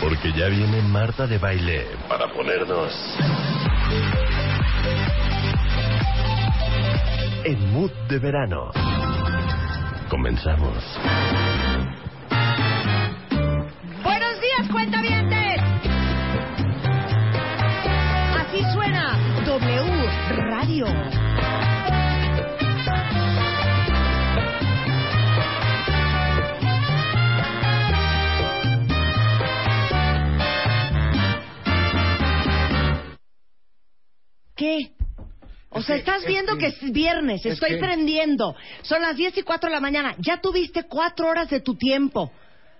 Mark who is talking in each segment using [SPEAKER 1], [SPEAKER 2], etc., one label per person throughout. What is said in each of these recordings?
[SPEAKER 1] Porque ya viene Marta de Baile para ponernos en mood de verano. Comenzamos.
[SPEAKER 2] Buenos días, cuentavientes. Así suena W Radio. ¿Qué? O
[SPEAKER 3] Es
[SPEAKER 2] sea,
[SPEAKER 3] que-
[SPEAKER 2] estás
[SPEAKER 3] es
[SPEAKER 2] viendo que
[SPEAKER 3] que-
[SPEAKER 2] es viernes,
[SPEAKER 3] es
[SPEAKER 2] estoy
[SPEAKER 3] que-
[SPEAKER 2] prendiendo. Son las 10 y 4 de la mañana. Ya tuviste 4 horas de tu tiempo.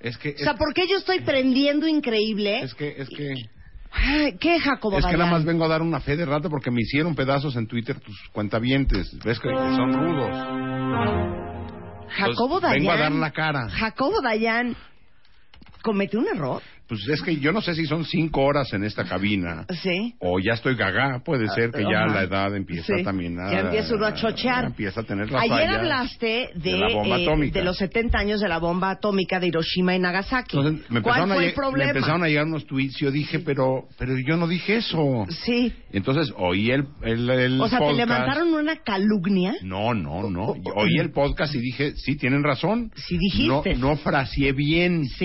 [SPEAKER 3] Es que,
[SPEAKER 2] O sea,
[SPEAKER 3] es-
[SPEAKER 2] ¿por qué yo estoy prendiendo increíble?
[SPEAKER 3] es que, es que,
[SPEAKER 2] Ay, ¿Qué, Jacobo?
[SPEAKER 3] es que nada
[SPEAKER 2] Dayan?
[SPEAKER 3] más vengo a dar una fe de rato porque me hicieron pedazos en Twitter tus cuentavientes. Ves que son rudos.
[SPEAKER 2] Jacobo
[SPEAKER 3] Entonces, vengo a dar
[SPEAKER 2] Dayan.
[SPEAKER 3] la cara.
[SPEAKER 2] Jacobo Dayan cometió un error.
[SPEAKER 3] Pues es que yo no sé si son cinco horas en esta cabina.
[SPEAKER 2] Sí.
[SPEAKER 3] O ya estoy gaga, puede ser que ya
[SPEAKER 2] Ah, Ajá.
[SPEAKER 3] la edad empieza
[SPEAKER 2] Sí.
[SPEAKER 3] también a...
[SPEAKER 2] Ya empieza uno a chochear.
[SPEAKER 3] Empieza a tener la
[SPEAKER 2] Ayer
[SPEAKER 3] falla
[SPEAKER 2] hablaste de,
[SPEAKER 3] la bomba
[SPEAKER 2] eh,
[SPEAKER 3] atómica.
[SPEAKER 2] de los 70 años de la bomba atómica de Hiroshima y Nagasaki.
[SPEAKER 3] Entonces, me
[SPEAKER 2] ¿Cuál
[SPEAKER 3] empezaron,
[SPEAKER 2] fue
[SPEAKER 3] a,
[SPEAKER 2] el
[SPEAKER 3] lleg-
[SPEAKER 2] problema?
[SPEAKER 3] me empezaron a llegar unos tweets y yo dije, pero, pero yo no dije eso.
[SPEAKER 2] Sí.
[SPEAKER 3] Entonces oí el, el, el
[SPEAKER 2] O sea, te
[SPEAKER 3] podcast.
[SPEAKER 2] levantaron una calumnia.
[SPEAKER 3] No, no, no. Yo Oí el podcast y dije, sí, tienen razón.
[SPEAKER 2] Sí dijiste.
[SPEAKER 3] No, no fraseé bien.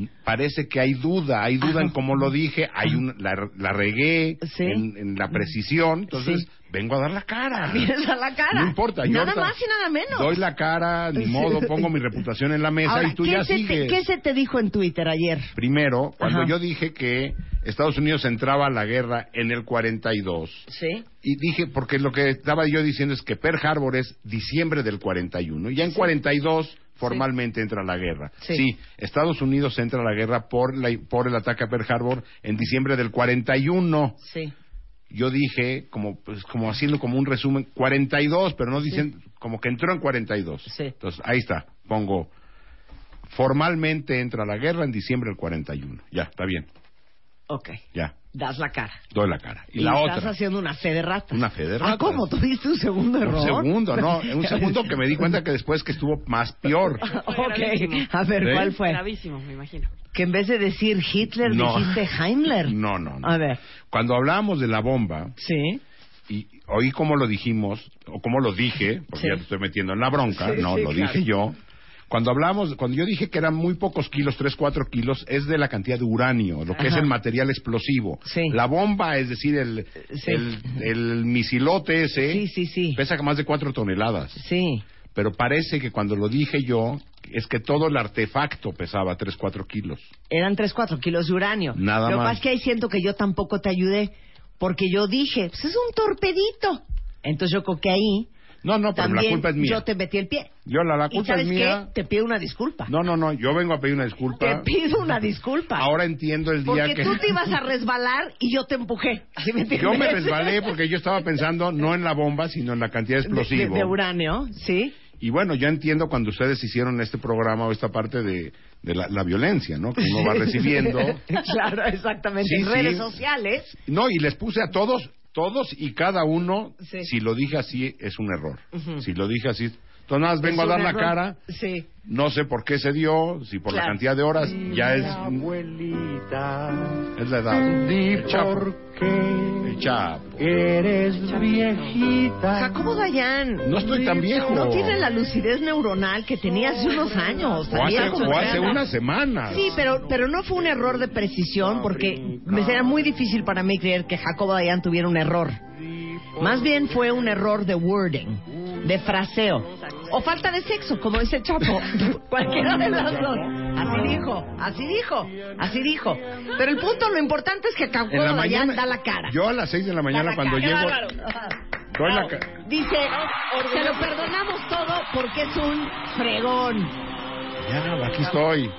[SPEAKER 2] Sí.
[SPEAKER 3] Parece que hay duda, hay duda
[SPEAKER 2] Ajá.
[SPEAKER 3] en cómo lo dije, hay un, la, la regué
[SPEAKER 2] Sí.
[SPEAKER 3] en, en la precisión, entonces
[SPEAKER 2] Sí.
[SPEAKER 3] vengo a dar la cara.
[SPEAKER 2] Vienes a la cara.
[SPEAKER 3] No importa. yo
[SPEAKER 2] Nada
[SPEAKER 3] ahorita
[SPEAKER 2] más y nada menos.
[SPEAKER 3] Doy la cara, ni modo, pongo mi reputación en la mesa
[SPEAKER 2] Ahora,
[SPEAKER 3] y tú
[SPEAKER 2] ¿qué,
[SPEAKER 3] ya
[SPEAKER 2] se te,
[SPEAKER 3] sigues.
[SPEAKER 2] qué se te dijo en Twitter ayer?
[SPEAKER 3] Primero, cuando
[SPEAKER 2] Ajá.
[SPEAKER 3] yo dije que Estados Unidos entraba a la guerra en el 42,
[SPEAKER 2] Sí.
[SPEAKER 3] y dije, porque lo que estaba yo diciendo es que Pearl Harbor es diciembre del 41. Ya en 42 formalmente entra la guerra.
[SPEAKER 2] Sí.
[SPEAKER 3] Sí. Estados Unidos entra a la guerra por, la- por el ataque a Pearl Harbor en diciembre del 41.
[SPEAKER 2] Sí.
[SPEAKER 3] Yo dije, como, pues, como haciendo como un resumen, 42, pero no dicen, como que entró en 42.
[SPEAKER 2] Sí.
[SPEAKER 3] Entonces, ahí está, pongo, formalmente entra la guerra en diciembre del 41. Ya, está bien,
[SPEAKER 2] Ok.
[SPEAKER 3] ya,
[SPEAKER 2] Das la cara.
[SPEAKER 3] doy la cara. Y, la
[SPEAKER 2] estás
[SPEAKER 3] otra.
[SPEAKER 2] haciendo una fe de rata.
[SPEAKER 3] Una fe de
[SPEAKER 2] Ah,
[SPEAKER 3] ratas.
[SPEAKER 2] ¿cómo? ¿Tuviste un segundo error?
[SPEAKER 3] Un segundo, no, un segundo que me di cuenta que después que estuvo más peor.
[SPEAKER 2] ok, a ver,
[SPEAKER 3] ¿Eh?
[SPEAKER 2] ¿cuál fue?
[SPEAKER 4] Gravísimo, me imagino.
[SPEAKER 2] Que en vez de decir Hitler,
[SPEAKER 3] No.
[SPEAKER 2] dijiste Heimler.
[SPEAKER 3] No, no, no.
[SPEAKER 2] A ver,
[SPEAKER 3] Cuando hablábamos de la bomba,
[SPEAKER 2] sí.
[SPEAKER 3] y oí cómo lo dijimos, o cómo lo dije, porque
[SPEAKER 2] Sí.
[SPEAKER 3] ya te estoy metiendo en la bronca,
[SPEAKER 2] Sí,
[SPEAKER 3] no,
[SPEAKER 2] sí,
[SPEAKER 3] lo
[SPEAKER 2] claro.
[SPEAKER 3] dije yo. Cuando hablamos, cuando yo dije que eran muy pocos kilos, 3, 4 kilos, es de la cantidad de uranio, lo que es
[SPEAKER 2] Ajá.
[SPEAKER 3] el material explosivo.
[SPEAKER 2] Sí.
[SPEAKER 3] La bomba, es decir, el,
[SPEAKER 2] Sí.
[SPEAKER 3] el, el misilote ese,
[SPEAKER 2] Sí, sí, sí.
[SPEAKER 3] pesa más de 4 toneladas.
[SPEAKER 2] Sí.
[SPEAKER 3] Pero parece que cuando lo dije yo, es que todo el artefacto pesaba 3, 4 kilos.
[SPEAKER 2] Eran 3, 4 kilos de uranio.
[SPEAKER 3] Nada
[SPEAKER 2] Lo que
[SPEAKER 3] más.
[SPEAKER 2] pasa es que ahí siento que yo tampoco te ayudé, porque yo dije, pues es un torpedito. Entonces yo creo que ahí
[SPEAKER 3] No, no, pero la
[SPEAKER 2] también
[SPEAKER 3] culpa es mía.
[SPEAKER 2] yo te metí el pie.
[SPEAKER 3] Yo la, la
[SPEAKER 2] ¿Y
[SPEAKER 3] culpa es
[SPEAKER 2] sabes
[SPEAKER 3] mía.
[SPEAKER 2] qué? Te pido una disculpa.
[SPEAKER 3] No, no, no, yo vengo a pedir una
[SPEAKER 2] Te
[SPEAKER 3] disculpa.
[SPEAKER 2] pido una disculpa.
[SPEAKER 3] Ahora entiendo el día
[SPEAKER 2] porque
[SPEAKER 3] que
[SPEAKER 2] tú te ibas a resbalar y yo te empujé. ¿Sí me
[SPEAKER 3] yo me
[SPEAKER 2] entiendes?
[SPEAKER 3] resbalé porque yo estaba pensando no en la bomba, sino en la cantidad de
[SPEAKER 2] De,
[SPEAKER 3] explosivo.
[SPEAKER 2] de- de uranio, sí.
[SPEAKER 3] y bueno, yo entiendo cuando ustedes hicieron este programa o esta parte de, de la, la violencia, ¿no? Que uno va recibiendo.
[SPEAKER 2] claro, exactamente.
[SPEAKER 3] Sí,
[SPEAKER 2] en
[SPEAKER 3] sí.
[SPEAKER 2] redes sociales.
[SPEAKER 3] No, y les puse a todos, todos y cada uno,
[SPEAKER 2] Sí.
[SPEAKER 3] si lo dije así es un error.
[SPEAKER 2] Ujú.
[SPEAKER 3] Si lo dije así, Tomás, vengo
[SPEAKER 2] Es
[SPEAKER 3] a dar
[SPEAKER 2] un
[SPEAKER 3] la
[SPEAKER 2] error.
[SPEAKER 3] cara.
[SPEAKER 2] Sí.
[SPEAKER 3] No sé por qué se dio, si por
[SPEAKER 2] Claro. Mm,
[SPEAKER 3] la cantidad de horas, ya es,
[SPEAKER 4] Abuelita,
[SPEAKER 3] es la edad.
[SPEAKER 2] Mm.
[SPEAKER 4] di
[SPEAKER 3] El Chapo.
[SPEAKER 4] por qué
[SPEAKER 3] El Chapo.
[SPEAKER 4] eres viejita.
[SPEAKER 2] Jacobo Dayan.
[SPEAKER 3] No estoy tan viejo.
[SPEAKER 2] No tiene la lucidez neuronal que tenía hace unos años.
[SPEAKER 3] O hace,
[SPEAKER 2] también,
[SPEAKER 3] o hace
[SPEAKER 2] Juliana.
[SPEAKER 3] unas semanas.
[SPEAKER 2] Sí, pero, pero no fue un error de precisión porque me sería muy difícil para mí creer que Jacobo Dayan tuviera un error. Más bien fue un error de wording, de fraseo. O falta de sexo, como dice Chapo. Cualquiera de las dos. Así dijo, así dijo, así dijo. Pero el punto, lo importante es que Jacobo
[SPEAKER 3] En la
[SPEAKER 2] Dayan
[SPEAKER 3] mañana,
[SPEAKER 2] da la cara.
[SPEAKER 3] Yo a las 6 de la mañana
[SPEAKER 2] Da la
[SPEAKER 3] cuando
[SPEAKER 2] cara.
[SPEAKER 3] llego,
[SPEAKER 2] Qué
[SPEAKER 3] doy la cara.
[SPEAKER 2] Dice, se lo perdonamos todo porque es un fregón.
[SPEAKER 3] Ya, aquí estoy.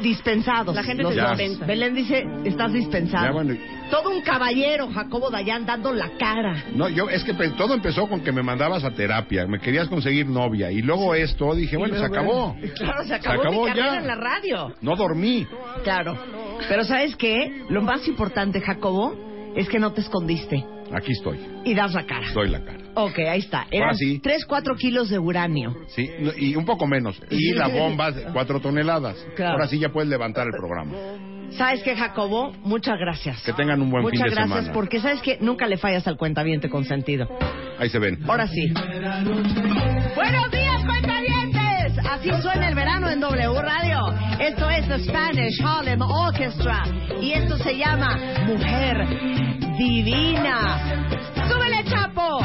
[SPEAKER 2] Dispensados. La gente
[SPEAKER 3] se dispensa.
[SPEAKER 2] Belén dice, estás dispensado.
[SPEAKER 3] Ya, bueno.
[SPEAKER 2] Todo un caballero, Jacobo Dayan, dando la cara.
[SPEAKER 3] No, yo es que pe- todo empezó con que me mandabas a terapia, me querías conseguir novia y luego esto dije, bueno, se acabó.
[SPEAKER 2] Claro, se acabó,
[SPEAKER 3] Se acabó
[SPEAKER 2] mi carrera
[SPEAKER 3] ya.
[SPEAKER 2] en la radio.
[SPEAKER 3] No dormí.
[SPEAKER 2] Claro. Pero ¿sabes qué? Lo más importante, Jacobo, es que no te escondiste
[SPEAKER 3] Aquí estoy.
[SPEAKER 2] y das la cara.
[SPEAKER 3] Doy la cara.
[SPEAKER 2] Ok, ahí está. Eran
[SPEAKER 3] Ah, sí.
[SPEAKER 2] 3, 4 kilos de uranio.
[SPEAKER 3] Sí, no, y un poco menos. Y la bomba de cuatro toneladas.
[SPEAKER 2] Claro.
[SPEAKER 3] Ahora sí ya puedes levantar el programa.
[SPEAKER 2] ¿Sabes qué, Jacobo? Muchas gracias.
[SPEAKER 3] Que tengan un buen
[SPEAKER 2] Muchas
[SPEAKER 3] fin de
[SPEAKER 2] gracias
[SPEAKER 3] semana.
[SPEAKER 2] porque sabes que nunca le fallas al cuentaviente consentido.
[SPEAKER 3] Ahí se ven.
[SPEAKER 2] Ahora sí. Buenos días, cuentavientes. Así suena el verano en W Radio. Esto es The Spanish Harlem Orchestra y esto se llama Mujer Divina. Súbele, Chapo.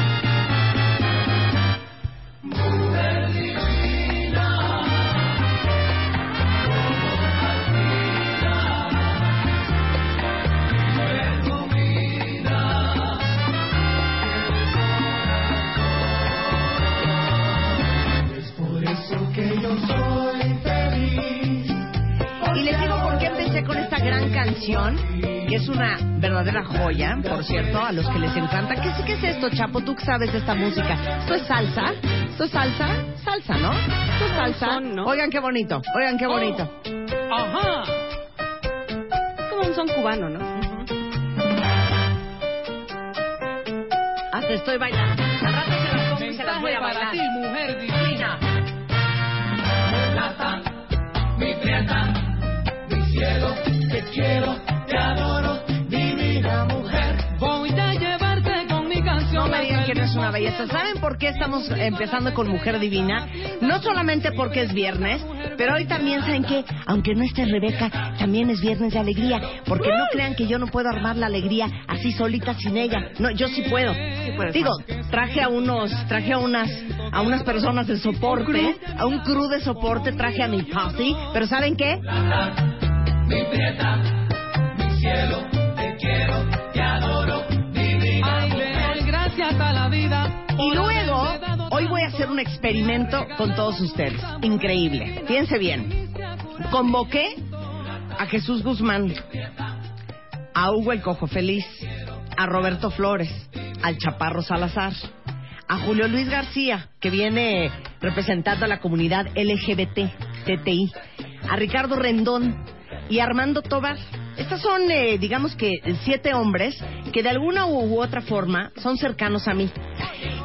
[SPEAKER 2] Y les digo por qué empecé con esta gran canción, que es una verdadera joya, por cierto, a los que les encanta. ¿Qué, qué es esto, Chapo? Tú que sabes de esta música. ¿Esto es salsa? ¿Esto es salsa? Salsa, ¿no? ¿Esto es salsa?
[SPEAKER 5] Son, ¿no?
[SPEAKER 2] Oigan qué bonito, oigan qué bonito.
[SPEAKER 5] Ajá. Es como un son cubano, ¿no?
[SPEAKER 2] Hasta Ah, estoy bailando. Al rato se las pongo y se las voy a bailar.
[SPEAKER 5] mujer divina. mi prieta, mi cielo, te quiero, te adoro, divina mujer. Voy a llevarte con mi canción.
[SPEAKER 2] No me digan que no es una belleza. ¿Saben por qué estamos empezando con Mujer Divina? No solamente porque es viernes, pero hoy también, ¿saben qué? Aunque no esté Rebeca, también es viernes de alegría. Porque no crean que yo no puedo armar la alegría así solita sin ella. No, yo sí puedo. Digo, traje a unos, traje a unas, a unas personas de soporte, a un crew de soporte, traje a mi posse. Pero ¿saben qué?
[SPEAKER 5] Ay, le doy gracias a la vida.
[SPEAKER 2] Y luego, hoy voy a hacer un experimento con todos ustedes. Increíble. Fíjense bien. Convoqué a Jesús Guzmán, a Hugo el Cojo Feliz, a Roberto Flores, al Chaparro Salazar, a Julio Luis García, que viene representando a la comunidad LGBT, TTI, a Ricardo Rendón y a Armando Tobar. Estas son, eh, digamos que, siete hombres que de alguna u otra forma son cercanos a mí.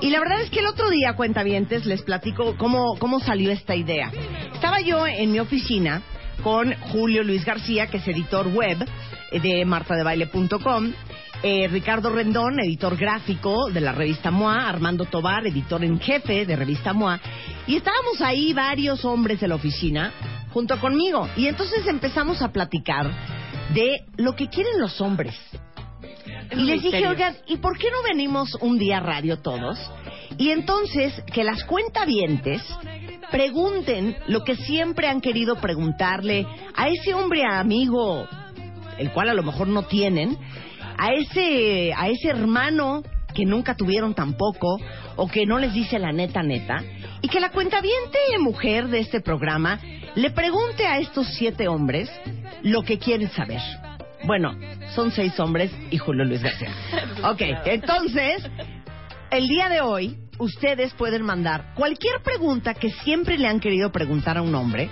[SPEAKER 2] Y la verdad es que el otro día, cuentavientes, les platico cómo, cómo salió esta idea. Estaba yo en mi oficina con Julio Luis García, que es editor web eh, de martadebaile.com, eh, Ricardo Rendón, editor gráfico de la revista MOA, Armando Tobar, editor en jefe de revista MOA, y estábamos ahí varios hombres de la oficina junto conmigo. Y entonces empezamos a platicar de lo que quieren los hombres. Y les dije, oigan, ¿y por qué no venimos un día a radio todos? Y entonces que las cuentavientes pregunten lo que siempre han querido preguntarle a ese hombre amigo, el cual a lo mejor no tienen, a ese, a ese hermano que nunca tuvieron tampoco o que no les dice la neta neta, y que la cuentaviente mujer de este programa le pregunte a estos siete hombres lo que quieren saber. Bueno, son seis hombres y Julio Luis García. Ok, entonces, el día de hoy ustedes pueden mandar cualquier pregunta que siempre le han querido preguntar a un hombre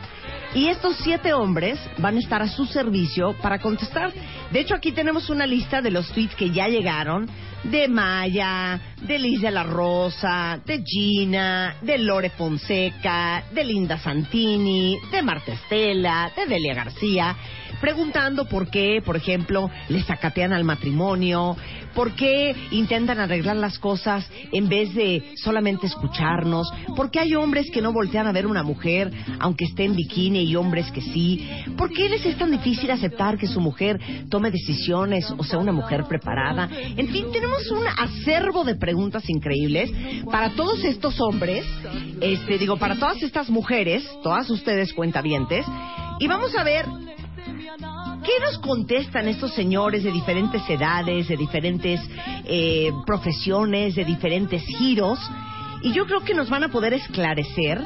[SPEAKER 2] Y estos siete hombres van a estar a su servicio para contestar. De hecho, aquí tenemos una lista de los tweets que ya llegaron de Maya, de Liz de la Rosa, de Gina, de Lore Fonseca, de Linda Santini, de Marta Estela, de Delia García, preguntando por qué, por ejemplo, les sacatean al matrimonio, por qué intentan arreglar las cosas en vez de solamente escucharnos, por qué hay hombres que no voltean a ver una mujer aunque esté en bikini y hombres que sí, por qué les es tan difícil aceptar que su mujer tome decisiones o sea una mujer preparada. En fin, tenemos un acervo de preguntas increíbles para todos estos hombres, este digo, para todas estas mujeres, todas ustedes cuentavientes, y vamos a ver ¿Qué nos contestan estos señores de diferentes edades, de diferentes eh, profesiones, de diferentes giros? Y yo creo que nos van a poder esclarecer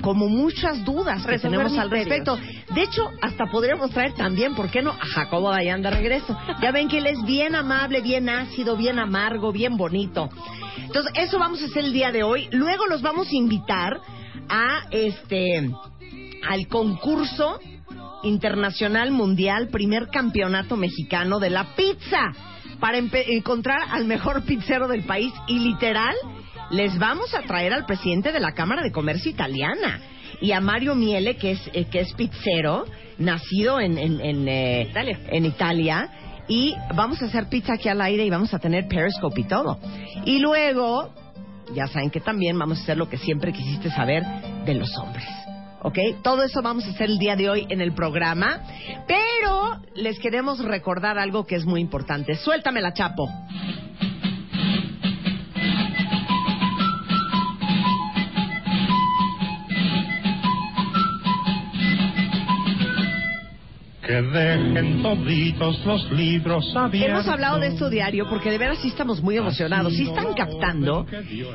[SPEAKER 2] como muchas dudas que
[SPEAKER 6] Resolver
[SPEAKER 2] tenemos al
[SPEAKER 6] misterios.
[SPEAKER 2] respecto. De hecho, hasta podríamos traer también, ¿por qué no?, a Jacobo Dayan de regreso. Ya ven que él es bien amable, bien ácido, bien amargo, bien bonito. Entonces, eso vamos a hacer el día de hoy. Luego los vamos a invitar a este al concurso internacional mundial, primer campeonato mexicano de la pizza, para empe- encontrar al mejor pizzero del país y literal les vamos a traer al presidente de la Cámara de Comercio Italiana y a Mario Miele, que es, eh, que es pizzero, nacido en, en, en, eh,
[SPEAKER 6] Italia.
[SPEAKER 2] en Italia. Y vamos a hacer pizza aquí al aire y vamos a tener Periscope y todo. Y luego, ya saben que también vamos a hacer lo que siempre quisiste saber de los hombres. ¿Ok? Todo eso vamos a hacer el día de hoy en el programa. Pero les queremos recordar algo que es muy importante. Suéltamela, Chapo.
[SPEAKER 4] Que dejen toditos los libros abiertos.
[SPEAKER 2] Hemos hablado de esto diario porque de veras sí estamos muy emocionados. Sí están captando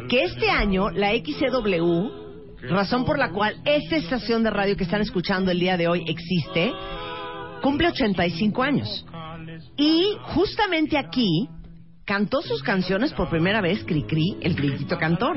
[SPEAKER 2] que este año la XCW, razón por la cual esta estación de radio que están escuchando el día de hoy existe, cumple 85 años. Y justamente aquí cantó sus canciones por primera vez Cricri, el grillito cantor.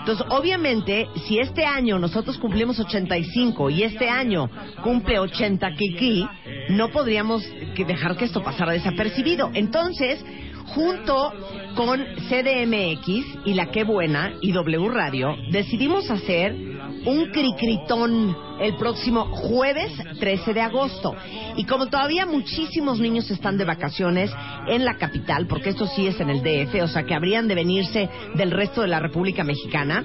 [SPEAKER 2] Entonces, obviamente, si este año nosotros cumplimos 85 y este año cumple 80 Cricri, no podríamos que dejar que esto pasara desapercibido. Entonces, junto con CDMX y La Qué Buena y W Radio, decidimos hacer un cricritón el próximo jueves 13 de agosto. Y como todavía muchísimos niños están de vacaciones en la capital, porque esto sí es en el DF, o sea que habrían de venirse del resto de la República Mexicana,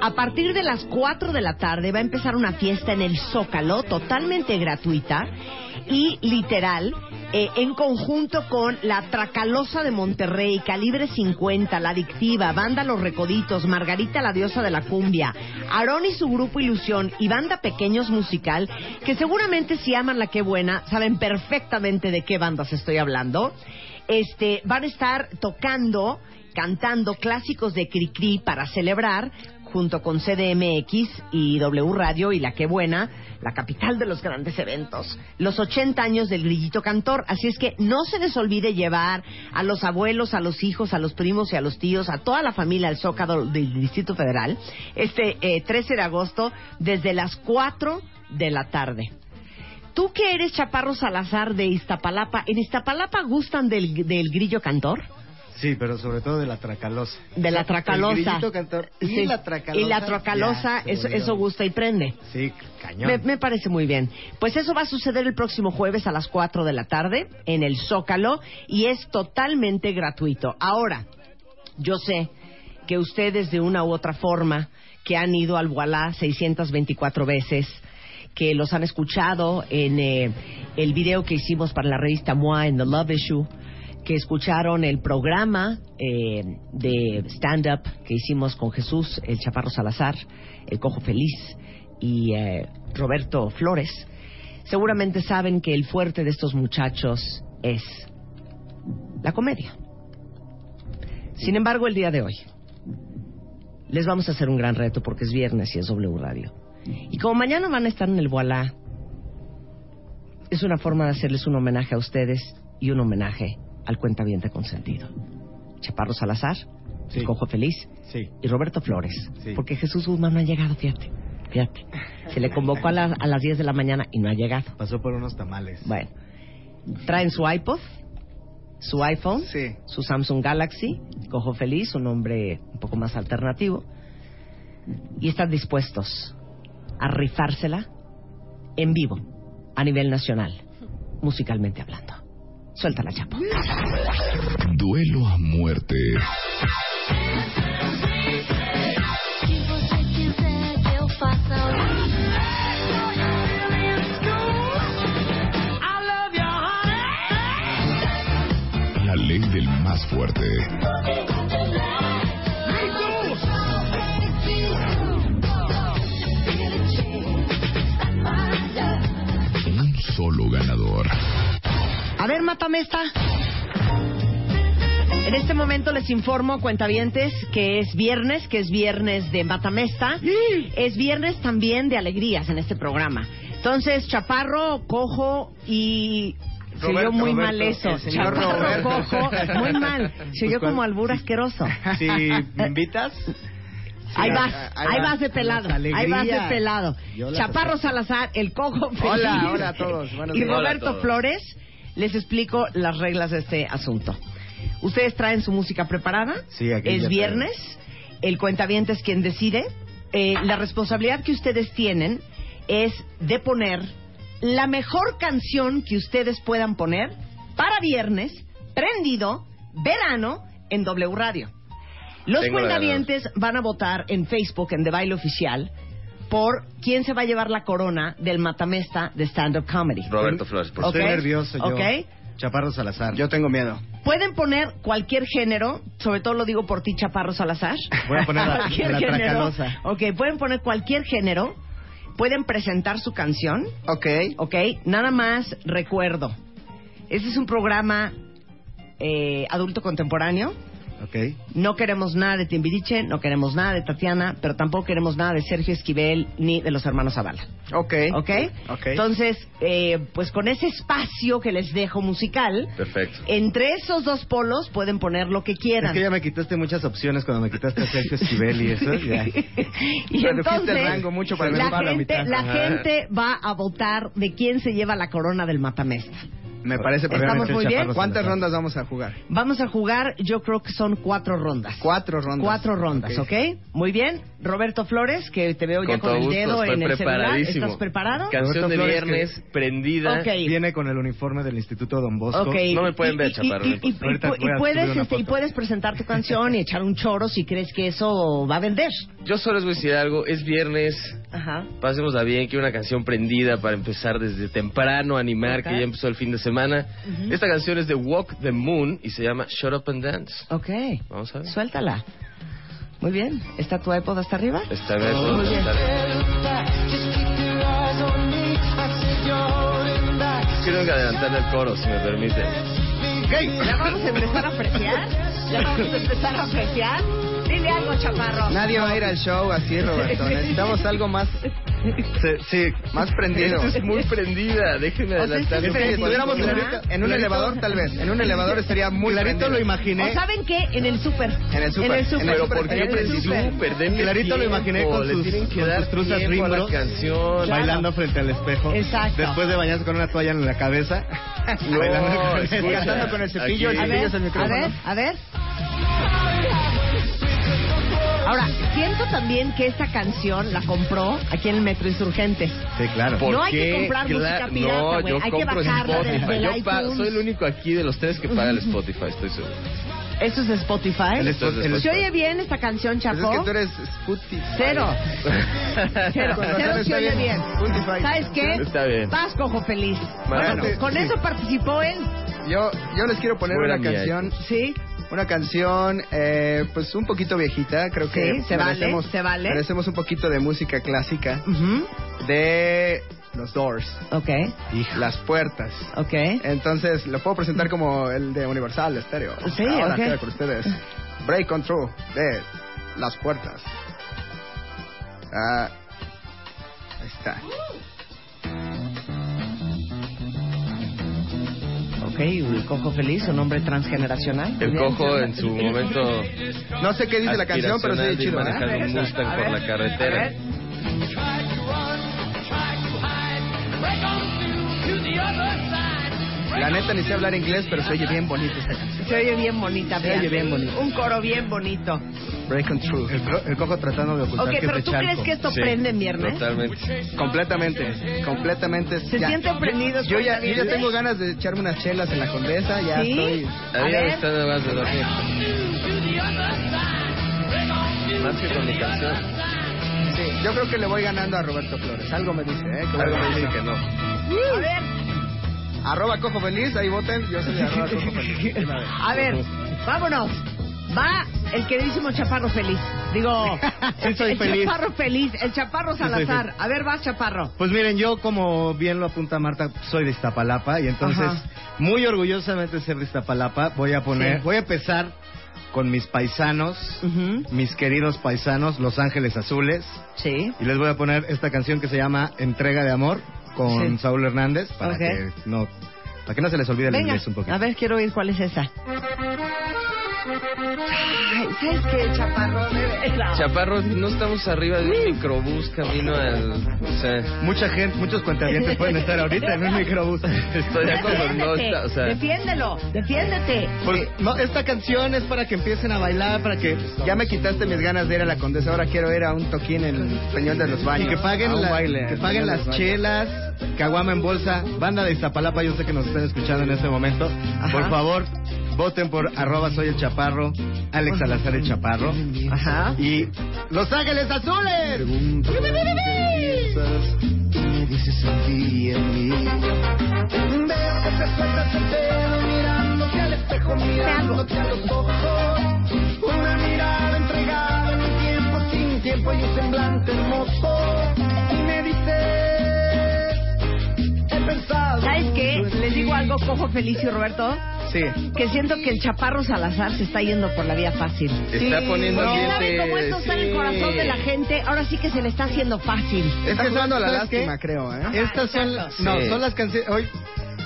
[SPEAKER 2] a partir de las 4 de la tarde va a empezar una fiesta en el Zócalo, totalmente gratuita y literal, eh, en conjunto con la Tracalosa de Monterrey, Calibre 50, La Adictiva, Banda Los Recoditos, Margarita la Diosa de la Cumbia, Aarón y su grupo Ilusión y Banda Pequeños Musical, que seguramente si aman la Qué Buena, saben perfectamente de qué bandas estoy hablando este, van a estar tocando, cantando clásicos de Cricri para celebrar junto con CDMX y W Radio y La Que Buena, la capital de los grandes eventos, los 80 años del grillito cantor. Así es que no se les olvide llevar a los abuelos, a los hijos, a los primos y a los tíos, a toda la familia al Zócalo del Distrito Federal, este eh, 13 de agosto, desde las 4 de la tarde. Tú que eres Chaparro Salazar de Iztapalapa, ¿en Iztapalapa gustan del, del grillo cantor?
[SPEAKER 7] Sí, pero sobre todo de la tracalosa.
[SPEAKER 2] De la tracalosa.
[SPEAKER 7] El grillito cantor y
[SPEAKER 2] Sí.
[SPEAKER 7] la tracalosa.
[SPEAKER 2] Y la tracalosa,
[SPEAKER 7] Ya, se
[SPEAKER 2] eso,
[SPEAKER 7] volvió.
[SPEAKER 2] eso gusta y prende.
[SPEAKER 7] Sí, cañón.
[SPEAKER 2] Me, me parece muy bien. Pues eso va a suceder el próximo jueves a las 4 de la tarde en el Zócalo y es totalmente gratuito. Ahora, yo sé que ustedes de una u otra forma que han ido al Wallah 624 veces, que los han escuchado en eh, el video que hicimos para la revista MOA en The Love Issue, que escucharon el programa eh, de stand-up que hicimos con Jesús, el Chaparro Salazar, el Cojo Feliz y eh, Roberto Flores, seguramente saben que el fuerte de estos muchachos es la comedia. Sin embargo, el día de hoy les vamos a hacer un gran reto porque es viernes y es W Radio. Y como mañana van a estar en el Boalá, es una forma de hacerles un homenaje a ustedes y un homenaje al cuentaviente consentido. Chaparro Salazar,
[SPEAKER 7] Sí.
[SPEAKER 2] el Cojo Feliz
[SPEAKER 7] Sí.
[SPEAKER 2] y Roberto Flores.
[SPEAKER 7] Sí.
[SPEAKER 2] Porque Jesús Guzmán no ha llegado, fíjate. Fíjate. Se le convocó a, las- a las 10 de la mañana y no ha llegado.
[SPEAKER 7] Pasó por unos tamales.
[SPEAKER 2] Bueno, traen su iPod, su iPhone,
[SPEAKER 7] Sí.
[SPEAKER 2] su Samsung Galaxy, cojo feliz, un nombre un poco más alternativo, y están dispuestos a rifársela en vivo, a nivel nacional, musicalmente hablando. Suelta la chapa.
[SPEAKER 6] Duelo a muerte.
[SPEAKER 8] Si você quiser que eu faça
[SPEAKER 6] La ley del más fuerte. Un solo ganador.
[SPEAKER 2] A ver, mátame esta. En este momento les informo, cuentavientes, que es viernes, que es viernes de Matamesta. Es viernes también de alegrías en este programa. Entonces, Chaparro, Cojo y... Se oyó
[SPEAKER 7] Roberto,
[SPEAKER 2] muy
[SPEAKER 7] Roberto,
[SPEAKER 2] mal eso.
[SPEAKER 7] el señor
[SPEAKER 2] Chaparro,
[SPEAKER 7] Roberto.
[SPEAKER 2] Cojo, muy mal. Se oyó
[SPEAKER 7] Pues,
[SPEAKER 2] como
[SPEAKER 7] ¿cuál?
[SPEAKER 2] albur asqueroso.
[SPEAKER 7] Si me invitas,
[SPEAKER 2] Ahí
[SPEAKER 7] Sí,
[SPEAKER 2] vas,
[SPEAKER 7] a-
[SPEAKER 2] ahí,
[SPEAKER 7] ahí
[SPEAKER 2] vas
[SPEAKER 7] vas.
[SPEAKER 2] de pelado,
[SPEAKER 7] Alegría.
[SPEAKER 2] ahí vas de pelado.
[SPEAKER 7] Yo la
[SPEAKER 2] Chaparro Salazar, el cojo feliz
[SPEAKER 7] Hola, hola a todos, buenos
[SPEAKER 2] y
[SPEAKER 7] días. Hola a
[SPEAKER 2] Roberto Flores, les explico las reglas de este asunto. Ustedes traen su música preparada,
[SPEAKER 7] Sí, aquí
[SPEAKER 2] es
[SPEAKER 7] ya
[SPEAKER 2] viernes, el cuentaviente es quien decide. Eh, la responsabilidad que ustedes tienen es de poner la mejor canción que ustedes puedan poner para viernes, prendido, verano, en W Radio. Los
[SPEAKER 3] Tengo la
[SPEAKER 2] cuentavientes van a votar en Facebook, en The Baile Oficial, por quién se va a llevar la corona del Matamesta de Stand Up Comedy.
[SPEAKER 3] Roberto Flores, por
[SPEAKER 2] Ok.
[SPEAKER 7] Pues estoy nervioso yo.
[SPEAKER 2] Ok.
[SPEAKER 7] Chaparro Salazar.
[SPEAKER 3] Yo tengo miedo.
[SPEAKER 2] Pueden poner cualquier género, sobre todo lo digo por ti, Chaparro Salazar.
[SPEAKER 7] Voy a poner la-
[SPEAKER 2] Cualquier
[SPEAKER 7] la
[SPEAKER 2] género.
[SPEAKER 7] tracalosa.
[SPEAKER 2] Ok, pueden poner cualquier género, pueden presentar su canción,
[SPEAKER 3] Ok.
[SPEAKER 2] ok, nada más recuerdo. Este es un programa eh, adulto contemporáneo.
[SPEAKER 7] Ok.
[SPEAKER 2] No queremos nada de Timbiriche, no queremos nada de Tatiana, pero tampoco queremos nada de Sergio Esquivel ni de los hermanos Zavala.
[SPEAKER 7] Ok.
[SPEAKER 2] ¿Ok?
[SPEAKER 7] Ok.
[SPEAKER 2] Entonces, eh, pues con ese espacio que les dejo musical,
[SPEAKER 3] Perfecto.
[SPEAKER 2] entre esos dos polos pueden poner lo que
[SPEAKER 7] Es
[SPEAKER 2] quieran.
[SPEAKER 7] que ya me quitaste muchas opciones cuando me quitaste a Sergio Esquivel y eso. Ya.
[SPEAKER 2] y
[SPEAKER 7] Redujiste
[SPEAKER 2] entonces
[SPEAKER 7] el rango mucho para
[SPEAKER 2] la,
[SPEAKER 7] mí, para la
[SPEAKER 2] gente,
[SPEAKER 7] mitad.
[SPEAKER 2] la
[SPEAKER 7] Ajá.
[SPEAKER 2] gente va a votar de quién se lleva la corona del matamesta.
[SPEAKER 7] Me parece
[SPEAKER 2] ¿Estamos muy bien?
[SPEAKER 7] ¿Cuántas rondas vamos a jugar?
[SPEAKER 2] Vamos a jugar, yo creo que son cuatro rondas.
[SPEAKER 7] Cuatro rondas.
[SPEAKER 2] Cuatro rondas, ¿ok? Muy bien. Roberto Flores, que te veo
[SPEAKER 9] Con
[SPEAKER 2] ya con
[SPEAKER 9] todo
[SPEAKER 2] el
[SPEAKER 9] gusto,
[SPEAKER 2] dedo
[SPEAKER 9] estoy
[SPEAKER 2] en el celular.
[SPEAKER 9] preparadísimo.
[SPEAKER 2] ¿Estás preparado?
[SPEAKER 9] Canción
[SPEAKER 7] Roberto
[SPEAKER 9] de
[SPEAKER 7] Flores, que-
[SPEAKER 9] viernes prendida.
[SPEAKER 2] Ok.
[SPEAKER 7] Viene con el uniforme del Instituto Don
[SPEAKER 10] pues,
[SPEAKER 7] Bosco.
[SPEAKER 2] Ok.
[SPEAKER 9] No me pueden ver,
[SPEAKER 2] Y- y-
[SPEAKER 9] chaparro,
[SPEAKER 2] Y,
[SPEAKER 9] no
[SPEAKER 2] y-
[SPEAKER 9] importa.
[SPEAKER 2] y-
[SPEAKER 7] Ahorita
[SPEAKER 2] pu- y
[SPEAKER 7] voy a
[SPEAKER 2] puedes,
[SPEAKER 7] subir una
[SPEAKER 2] este, y
[SPEAKER 7] foto.
[SPEAKER 2] puedes presentar tu canción y echar un choro si crees que eso va a vender.
[SPEAKER 9] Yo solo les voy a decir algo. Es viernes.
[SPEAKER 2] Ajá.
[SPEAKER 9] Pásemosla bien. Quiero una canción prendida para empezar desde temprano, animar,
[SPEAKER 2] Ok.
[SPEAKER 9] que ya empezó el fin de semana. Esta canción es de Walk the Moon y se llama Shut Up and Dance.
[SPEAKER 2] Ok.
[SPEAKER 9] Vamos a ver.
[SPEAKER 2] Suéltala. Muy bien. ¿Está tu iPod hasta arriba?
[SPEAKER 9] Esta vez
[SPEAKER 2] Muy
[SPEAKER 9] vamos a
[SPEAKER 2] bien.
[SPEAKER 9] estar- Quiero adelantarle el coro, si me permiten.
[SPEAKER 2] ¿La vamos a empezar a apreciar? ¿La vamos a empezar a apreciar? Dile algo, chaparro.
[SPEAKER 7] Nadie va a ir al show así, Roberto. Necesitamos algo más. Sí, más prendido.
[SPEAKER 9] Esta es muy prendida. Déjenme
[SPEAKER 2] O sea, esta
[SPEAKER 9] adelantarle.
[SPEAKER 2] es
[SPEAKER 9] un
[SPEAKER 2] que
[SPEAKER 9] poco.
[SPEAKER 2] estuviéramos en ahorita-
[SPEAKER 7] en un elevador, tal vez. En un elevador estaría muy Clarito lo imaginé.
[SPEAKER 2] ¿O saben qué? En el súper.
[SPEAKER 7] En el súper.
[SPEAKER 2] En el súper.
[SPEAKER 9] Pero ¿por
[SPEAKER 2] En
[SPEAKER 9] qué
[SPEAKER 2] el súper.
[SPEAKER 9] súper? Denle
[SPEAKER 7] Clarito lo imaginé
[SPEAKER 9] tiempo,
[SPEAKER 7] con
[SPEAKER 9] le
[SPEAKER 7] sus-
[SPEAKER 9] tienen que
[SPEAKER 7] con
[SPEAKER 9] dar
[SPEAKER 7] sus truzas
[SPEAKER 9] tiempo a la
[SPEAKER 7] rimbros.
[SPEAKER 9] canción.
[SPEAKER 7] Bailando frente al espejo.
[SPEAKER 2] Exacto.
[SPEAKER 7] Después de bañarse con una toalla en la cabeza.
[SPEAKER 9] No,
[SPEAKER 7] bailando con el,
[SPEAKER 9] escucha,
[SPEAKER 7] cantando con el cepillo.
[SPEAKER 9] aquí-
[SPEAKER 7] el
[SPEAKER 2] A
[SPEAKER 7] cepillo es el
[SPEAKER 2] ver, a
[SPEAKER 7] micrófono.
[SPEAKER 2] ver, a ver. Ahora, siento también que esta canción la compró aquí en el Metro Insurgentes.
[SPEAKER 7] Sí, claro.
[SPEAKER 9] ¿Por
[SPEAKER 2] No hay que
[SPEAKER 9] qué?
[SPEAKER 2] comprar música
[SPEAKER 9] Cla-
[SPEAKER 2] pirata,
[SPEAKER 9] No,
[SPEAKER 2] güey.
[SPEAKER 9] yo
[SPEAKER 2] Hay que
[SPEAKER 9] compro
[SPEAKER 2] bajarla del-
[SPEAKER 9] Spotify.
[SPEAKER 2] del
[SPEAKER 9] Yo pa-
[SPEAKER 2] iTunes.
[SPEAKER 9] soy el único aquí de los tres que paga el Spotify, estoy seguro.
[SPEAKER 2] Eso es de Spotify.
[SPEAKER 7] El Spo- el
[SPEAKER 2] ¿Se oye bien esta canción,
[SPEAKER 7] Pues
[SPEAKER 2] Chapo?
[SPEAKER 7] eres Spotify.
[SPEAKER 2] Cero. Cero,
[SPEAKER 7] Con razón
[SPEAKER 2] cero se
[SPEAKER 7] está
[SPEAKER 2] oye
[SPEAKER 7] bien.
[SPEAKER 2] bien.
[SPEAKER 7] Spotify.
[SPEAKER 2] ¿Sabes qué?
[SPEAKER 9] Está bien.
[SPEAKER 2] Vas, cojo feliz.
[SPEAKER 9] Bueno.
[SPEAKER 2] Bueno, con eso participó él.
[SPEAKER 7] Yo, yo les quiero poner
[SPEAKER 9] Fuera
[SPEAKER 7] una
[SPEAKER 9] mi
[SPEAKER 7] canción,
[SPEAKER 2] Sí.
[SPEAKER 7] una canción, eh, pues un poquito viejita, creo que
[SPEAKER 2] Sí, se vale,
[SPEAKER 7] merecemos,
[SPEAKER 2] se vale.
[SPEAKER 7] merecemos un poquito de música clásica
[SPEAKER 2] Ujú.
[SPEAKER 7] de los Doors,
[SPEAKER 2] Ok,
[SPEAKER 7] las puertas.
[SPEAKER 2] ok.
[SPEAKER 7] Entonces, lo puedo presentar como el de Universal Estéreo.
[SPEAKER 2] Sí,
[SPEAKER 7] Ahora
[SPEAKER 2] ok.
[SPEAKER 7] queda con ustedes. Break Control de las puertas. Ah, ahí está.
[SPEAKER 2] Ok, el cojo feliz, un hombre transgeneracional.
[SPEAKER 9] El
[SPEAKER 2] Bien.
[SPEAKER 9] cojo en su momento.
[SPEAKER 7] No sé qué dice la canción, pero se
[SPEAKER 9] aspiracional
[SPEAKER 7] oye
[SPEAKER 9] de
[SPEAKER 7] chido. ¿eh?
[SPEAKER 9] manejar
[SPEAKER 7] ¿verdad?
[SPEAKER 9] un Mustang por la carretera.
[SPEAKER 7] La neta ni sé hablar inglés, pero se oye bien bonito esta canción.
[SPEAKER 2] Se oye bien bonita,
[SPEAKER 7] Se oye
[SPEAKER 2] Bianca.
[SPEAKER 7] bien bonito.
[SPEAKER 2] Un coro bien bonito.
[SPEAKER 7] Break on True. El, cojo tratando de
[SPEAKER 2] ocultar Ok, que es pero de ¿tú Chalco. crees que esto prende en viernes?
[SPEAKER 9] Totalmente.
[SPEAKER 7] Completamente, completamente.
[SPEAKER 2] ¿Se sienten prendidos,
[SPEAKER 7] Yo ya, yo ya
[SPEAKER 2] cuentavientes?
[SPEAKER 7] tengo ganas de echarme unas chelas en la Condesa, ya
[SPEAKER 2] ¿Sí?
[SPEAKER 7] estoy...
[SPEAKER 9] A mí me está dando ganas de dormir. Más que con mi canción.
[SPEAKER 7] Sí, yo creo que le voy ganando a Roberto Flores. Algo me dice, ¿eh? Que voy
[SPEAKER 9] Algo me
[SPEAKER 7] ganando.
[SPEAKER 9] dice que no.
[SPEAKER 2] A ver,
[SPEAKER 7] Arroba Cojo Feliz, ahí voten. Yo soy de arroba Cojo Feliz.
[SPEAKER 2] a ver, vámonos. Va el queridísimo Chaparro Feliz. Digo,
[SPEAKER 10] Sí, soy
[SPEAKER 2] el
[SPEAKER 10] feliz.
[SPEAKER 2] Chaparro Feliz, el Chaparro
[SPEAKER 10] soy
[SPEAKER 2] Salazar.
[SPEAKER 10] feliz.
[SPEAKER 2] A ver, vas, Chaparro.
[SPEAKER 10] Pues miren, yo como bien lo apunta Marta, soy de Iztapalapa y entonces
[SPEAKER 2] Ajá.
[SPEAKER 10] muy orgullosamente de ser de Iztapalapa voy a poner,
[SPEAKER 2] Sí.
[SPEAKER 10] voy a empezar con mis paisanos, mis queridos paisanos, Los Ángeles Azules
[SPEAKER 2] Sí.
[SPEAKER 10] y les voy a poner esta canción que se llama Entrega de Amor con
[SPEAKER 2] Sí.
[SPEAKER 10] Saúl Hernández para
[SPEAKER 2] Ok.
[SPEAKER 10] que no, para que no se les olvide el
[SPEAKER 2] Venga,
[SPEAKER 10] inglés un poquito.
[SPEAKER 2] a ver, quiero oír cuál es esa. Ay, ¿sabes qué, Chaparro?
[SPEAKER 9] Chaparro, no estamos arriba de un microbús camino al. O sea,
[SPEAKER 10] Mucha gente, muchos cuentavientes pueden estar ahorita en un microbús.
[SPEAKER 9] estoy de acuerdo, no está. O sea,
[SPEAKER 2] Defiéndelo, defiéndete.
[SPEAKER 7] Pues,
[SPEAKER 10] Porque, no, esta canción es para que empiecen a bailar, para que
[SPEAKER 7] Ya me quitaste mis ganas de ir a la Condesa, ahora quiero ir a un toquín en el Peñón de los Baños.
[SPEAKER 10] Y que
[SPEAKER 7] A
[SPEAKER 10] paguen,
[SPEAKER 7] un
[SPEAKER 10] la-
[SPEAKER 7] baile,
[SPEAKER 10] que
[SPEAKER 7] al
[SPEAKER 10] paguen
[SPEAKER 7] Peñón de
[SPEAKER 10] las
[SPEAKER 7] los Baños.
[SPEAKER 10] chelas, caguama en bolsa, banda de Iztapalapa, yo sé que nos están escuchando en este momento. Por favor, voten por arroba soy el chaparro, Alex Salazar el chaparro.
[SPEAKER 2] Ajá.
[SPEAKER 10] Y Los Ángeles Azules.
[SPEAKER 2] Te amo.
[SPEAKER 8] Una mirada entregada en un tiempo sin tiempo y un semblante hermoso. Y me dice, he pensado.
[SPEAKER 2] ¿Sabes qué? Les digo algo, Cojo Felicio y Roberto,
[SPEAKER 10] Sí.
[SPEAKER 2] que siento que el Chaparro Salazar se está yendo por la vía fácil.
[SPEAKER 9] está poniendo
[SPEAKER 2] Porque
[SPEAKER 9] ambiente.
[SPEAKER 2] sabe cómo esto está en el
[SPEAKER 9] sí.
[SPEAKER 2] corazón de la gente, ahora sí que se le está haciendo fácil.
[SPEAKER 7] Es que jugando a la
[SPEAKER 10] ¿Sabes qué?
[SPEAKER 7] lástima, creo, ¿eh?
[SPEAKER 10] Estas son,
[SPEAKER 9] exacto.
[SPEAKER 10] no,
[SPEAKER 9] Sí.
[SPEAKER 10] son las canciones. Hoy.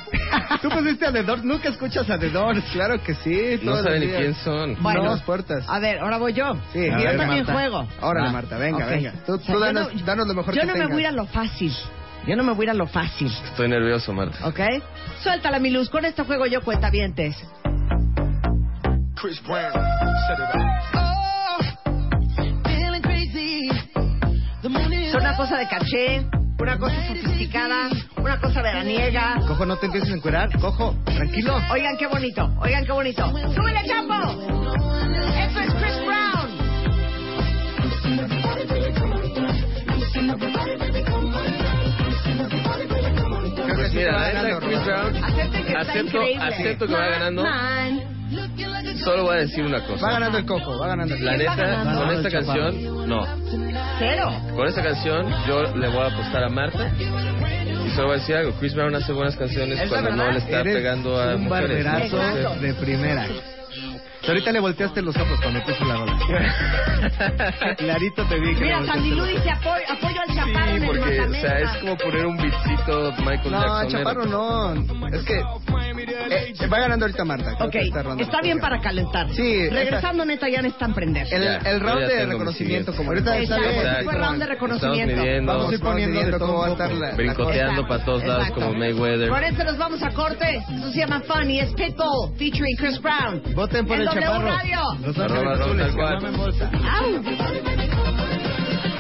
[SPEAKER 10] Tú pusiste a The Doors, nunca escuchas a The Doors.
[SPEAKER 7] Claro que sí.
[SPEAKER 9] No
[SPEAKER 7] todos
[SPEAKER 9] saben ni
[SPEAKER 7] los días.
[SPEAKER 9] quién son.
[SPEAKER 2] Bueno.
[SPEAKER 7] No, las puertas.
[SPEAKER 10] Ah,
[SPEAKER 2] A ver, ahora voy yo.
[SPEAKER 7] Sí,
[SPEAKER 2] yo
[SPEAKER 7] a ver,
[SPEAKER 2] también
[SPEAKER 7] Marta.
[SPEAKER 2] juego.
[SPEAKER 7] Órale,
[SPEAKER 2] Ah,
[SPEAKER 7] Marta, venga,
[SPEAKER 2] ok.
[SPEAKER 7] venga. Tú,
[SPEAKER 2] O sea,
[SPEAKER 7] tú
[SPEAKER 2] yo
[SPEAKER 7] danos,
[SPEAKER 2] no-
[SPEAKER 7] danos lo mejor
[SPEAKER 2] Yo
[SPEAKER 7] que
[SPEAKER 2] no me
[SPEAKER 7] tengas.
[SPEAKER 2] voy a ir a lo fácil. Yo no me voy a ir a lo fácil.
[SPEAKER 9] Estoy nervioso, Marta.
[SPEAKER 2] ¿Ok? Suéltala, mi luz. Con esto juego yo cuentavientes.
[SPEAKER 8] Chris Brown, set it up. Feeling crazy. The moon is
[SPEAKER 2] Es una cosa de caché, una cosa sofisticada, una cosa veraniega.
[SPEAKER 10] Cojo, no te empieces a encuerar. Cojo, tranquilo.
[SPEAKER 2] Oigan qué bonito, oigan qué bonito. ¡Súbele, Chapo! ¡Eso es Chris Brown!
[SPEAKER 7] Creo que
[SPEAKER 9] Pues
[SPEAKER 7] sí te
[SPEAKER 9] mira,
[SPEAKER 7] va
[SPEAKER 9] la neta,
[SPEAKER 7] ganando,
[SPEAKER 9] Chris
[SPEAKER 7] Roberto.
[SPEAKER 9] Brown.
[SPEAKER 2] Acepten que está
[SPEAKER 9] Acepto,
[SPEAKER 2] increíble.
[SPEAKER 9] acepto que va ganando.
[SPEAKER 2] Man.
[SPEAKER 9] Solo voy a decir una cosa.
[SPEAKER 7] Va ganando el cojo, va ganando el
[SPEAKER 9] La neta,
[SPEAKER 2] ganando?
[SPEAKER 9] con esta
[SPEAKER 10] El Chaparro.
[SPEAKER 9] canción, no.
[SPEAKER 2] Cero.
[SPEAKER 9] Con esta canción yo le voy a apostar a Marta. Y solo voy a decir algo, Chris Brown hace buenas canciones
[SPEAKER 2] Es la
[SPEAKER 9] cuando no
[SPEAKER 2] verdad,
[SPEAKER 9] le está
[SPEAKER 10] Eres
[SPEAKER 9] pegando a
[SPEAKER 10] un
[SPEAKER 9] mujeres. ¿no?
[SPEAKER 10] barberazo
[SPEAKER 2] Exacto.
[SPEAKER 10] de, de primera. Que ahorita le volteaste los ojos cuando te hizo la rola. Clarito te vi que
[SPEAKER 2] Mira,
[SPEAKER 10] le
[SPEAKER 2] Sandy Lou dice apoyo, apoyo al chaparro en
[SPEAKER 9] Sí,
[SPEAKER 2] el
[SPEAKER 9] porque, o sea,
[SPEAKER 2] matamesta.
[SPEAKER 9] es como poner un beatcito Michael
[SPEAKER 7] No,
[SPEAKER 9] Jackson.
[SPEAKER 7] Chaparro no. Es que eh, va ganando ahorita Marta. creo
[SPEAKER 2] Ok,
[SPEAKER 7] que esta ronda
[SPEAKER 2] está bien
[SPEAKER 7] toca.
[SPEAKER 2] para calentar.
[SPEAKER 7] Sí, esta-
[SPEAKER 2] Regresando, neta, ya necesitan prender.
[SPEAKER 7] El,
[SPEAKER 9] Ya,
[SPEAKER 7] el
[SPEAKER 9] yo
[SPEAKER 7] round
[SPEAKER 9] ya
[SPEAKER 7] de
[SPEAKER 9] tengo mi siguiente.
[SPEAKER 7] reconocimiento, como ahorita está
[SPEAKER 2] Exacto.
[SPEAKER 7] bien.
[SPEAKER 2] Exacto. Fue round de reconocimiento.
[SPEAKER 9] Estamos midiendo,
[SPEAKER 7] Vamos a ir poniendo de todo cómo va a estar la, la cosa.
[SPEAKER 9] brincoteando para todos lados
[SPEAKER 2] Exacto.
[SPEAKER 9] como Mayweather.
[SPEAKER 2] Por eso nos vamos a corte. Eso se llama Funny. Es Pitbull featuring Chris Brown.
[SPEAKER 10] Voten por
[SPEAKER 2] En
[SPEAKER 10] el
[SPEAKER 2] W
[SPEAKER 10] chaparro.
[SPEAKER 2] Radio.
[SPEAKER 10] Los
[SPEAKER 9] Arroba, arroba,
[SPEAKER 10] ángeles azules,
[SPEAKER 9] tal
[SPEAKER 10] que
[SPEAKER 9] cual.
[SPEAKER 10] no me embolsa.
[SPEAKER 2] ¡Au!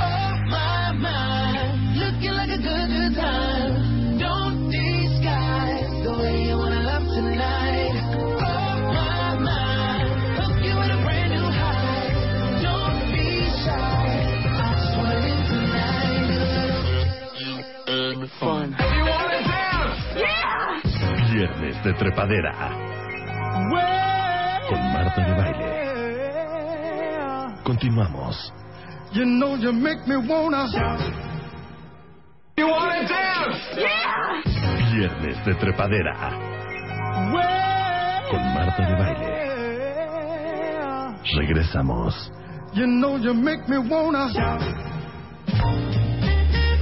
[SPEAKER 8] Oh, my mind. Looking like a good, good time. Don't disguise the way you wanna love tonight. Oh, my mind. Hook you in a brand new high. Don't be shy. I just wanna live tonight. Fun. Everyone is down. Yeah!
[SPEAKER 1] Viernes de Trepadera. Con Marta de Baile. Continuamos.
[SPEAKER 10] You know you make me wanna-
[SPEAKER 8] You wanna dance? Yeah!
[SPEAKER 1] Viernes de Trepadera. Con Marta de Baile. Regresamos.
[SPEAKER 10] You know you make me wanna-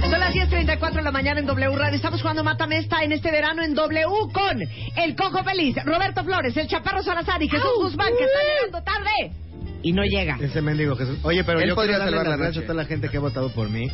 [SPEAKER 2] Son las 10.34 de la mañana en W Radio. Estamos jugando Mata Mesta en este verano en W con el Cojo Feliz, Roberto Flores, el Chaparro Salazar y Jesús Guzmán, que está llegando tarde. y no llega.
[SPEAKER 10] Ese mendigo Jesús. Oye, pero
[SPEAKER 7] Él
[SPEAKER 10] yo
[SPEAKER 7] podría
[SPEAKER 10] quiero darle
[SPEAKER 7] salvar
[SPEAKER 10] las
[SPEAKER 7] la
[SPEAKER 10] gracias
[SPEAKER 7] noche.
[SPEAKER 10] a toda la gente que ha votado por mí.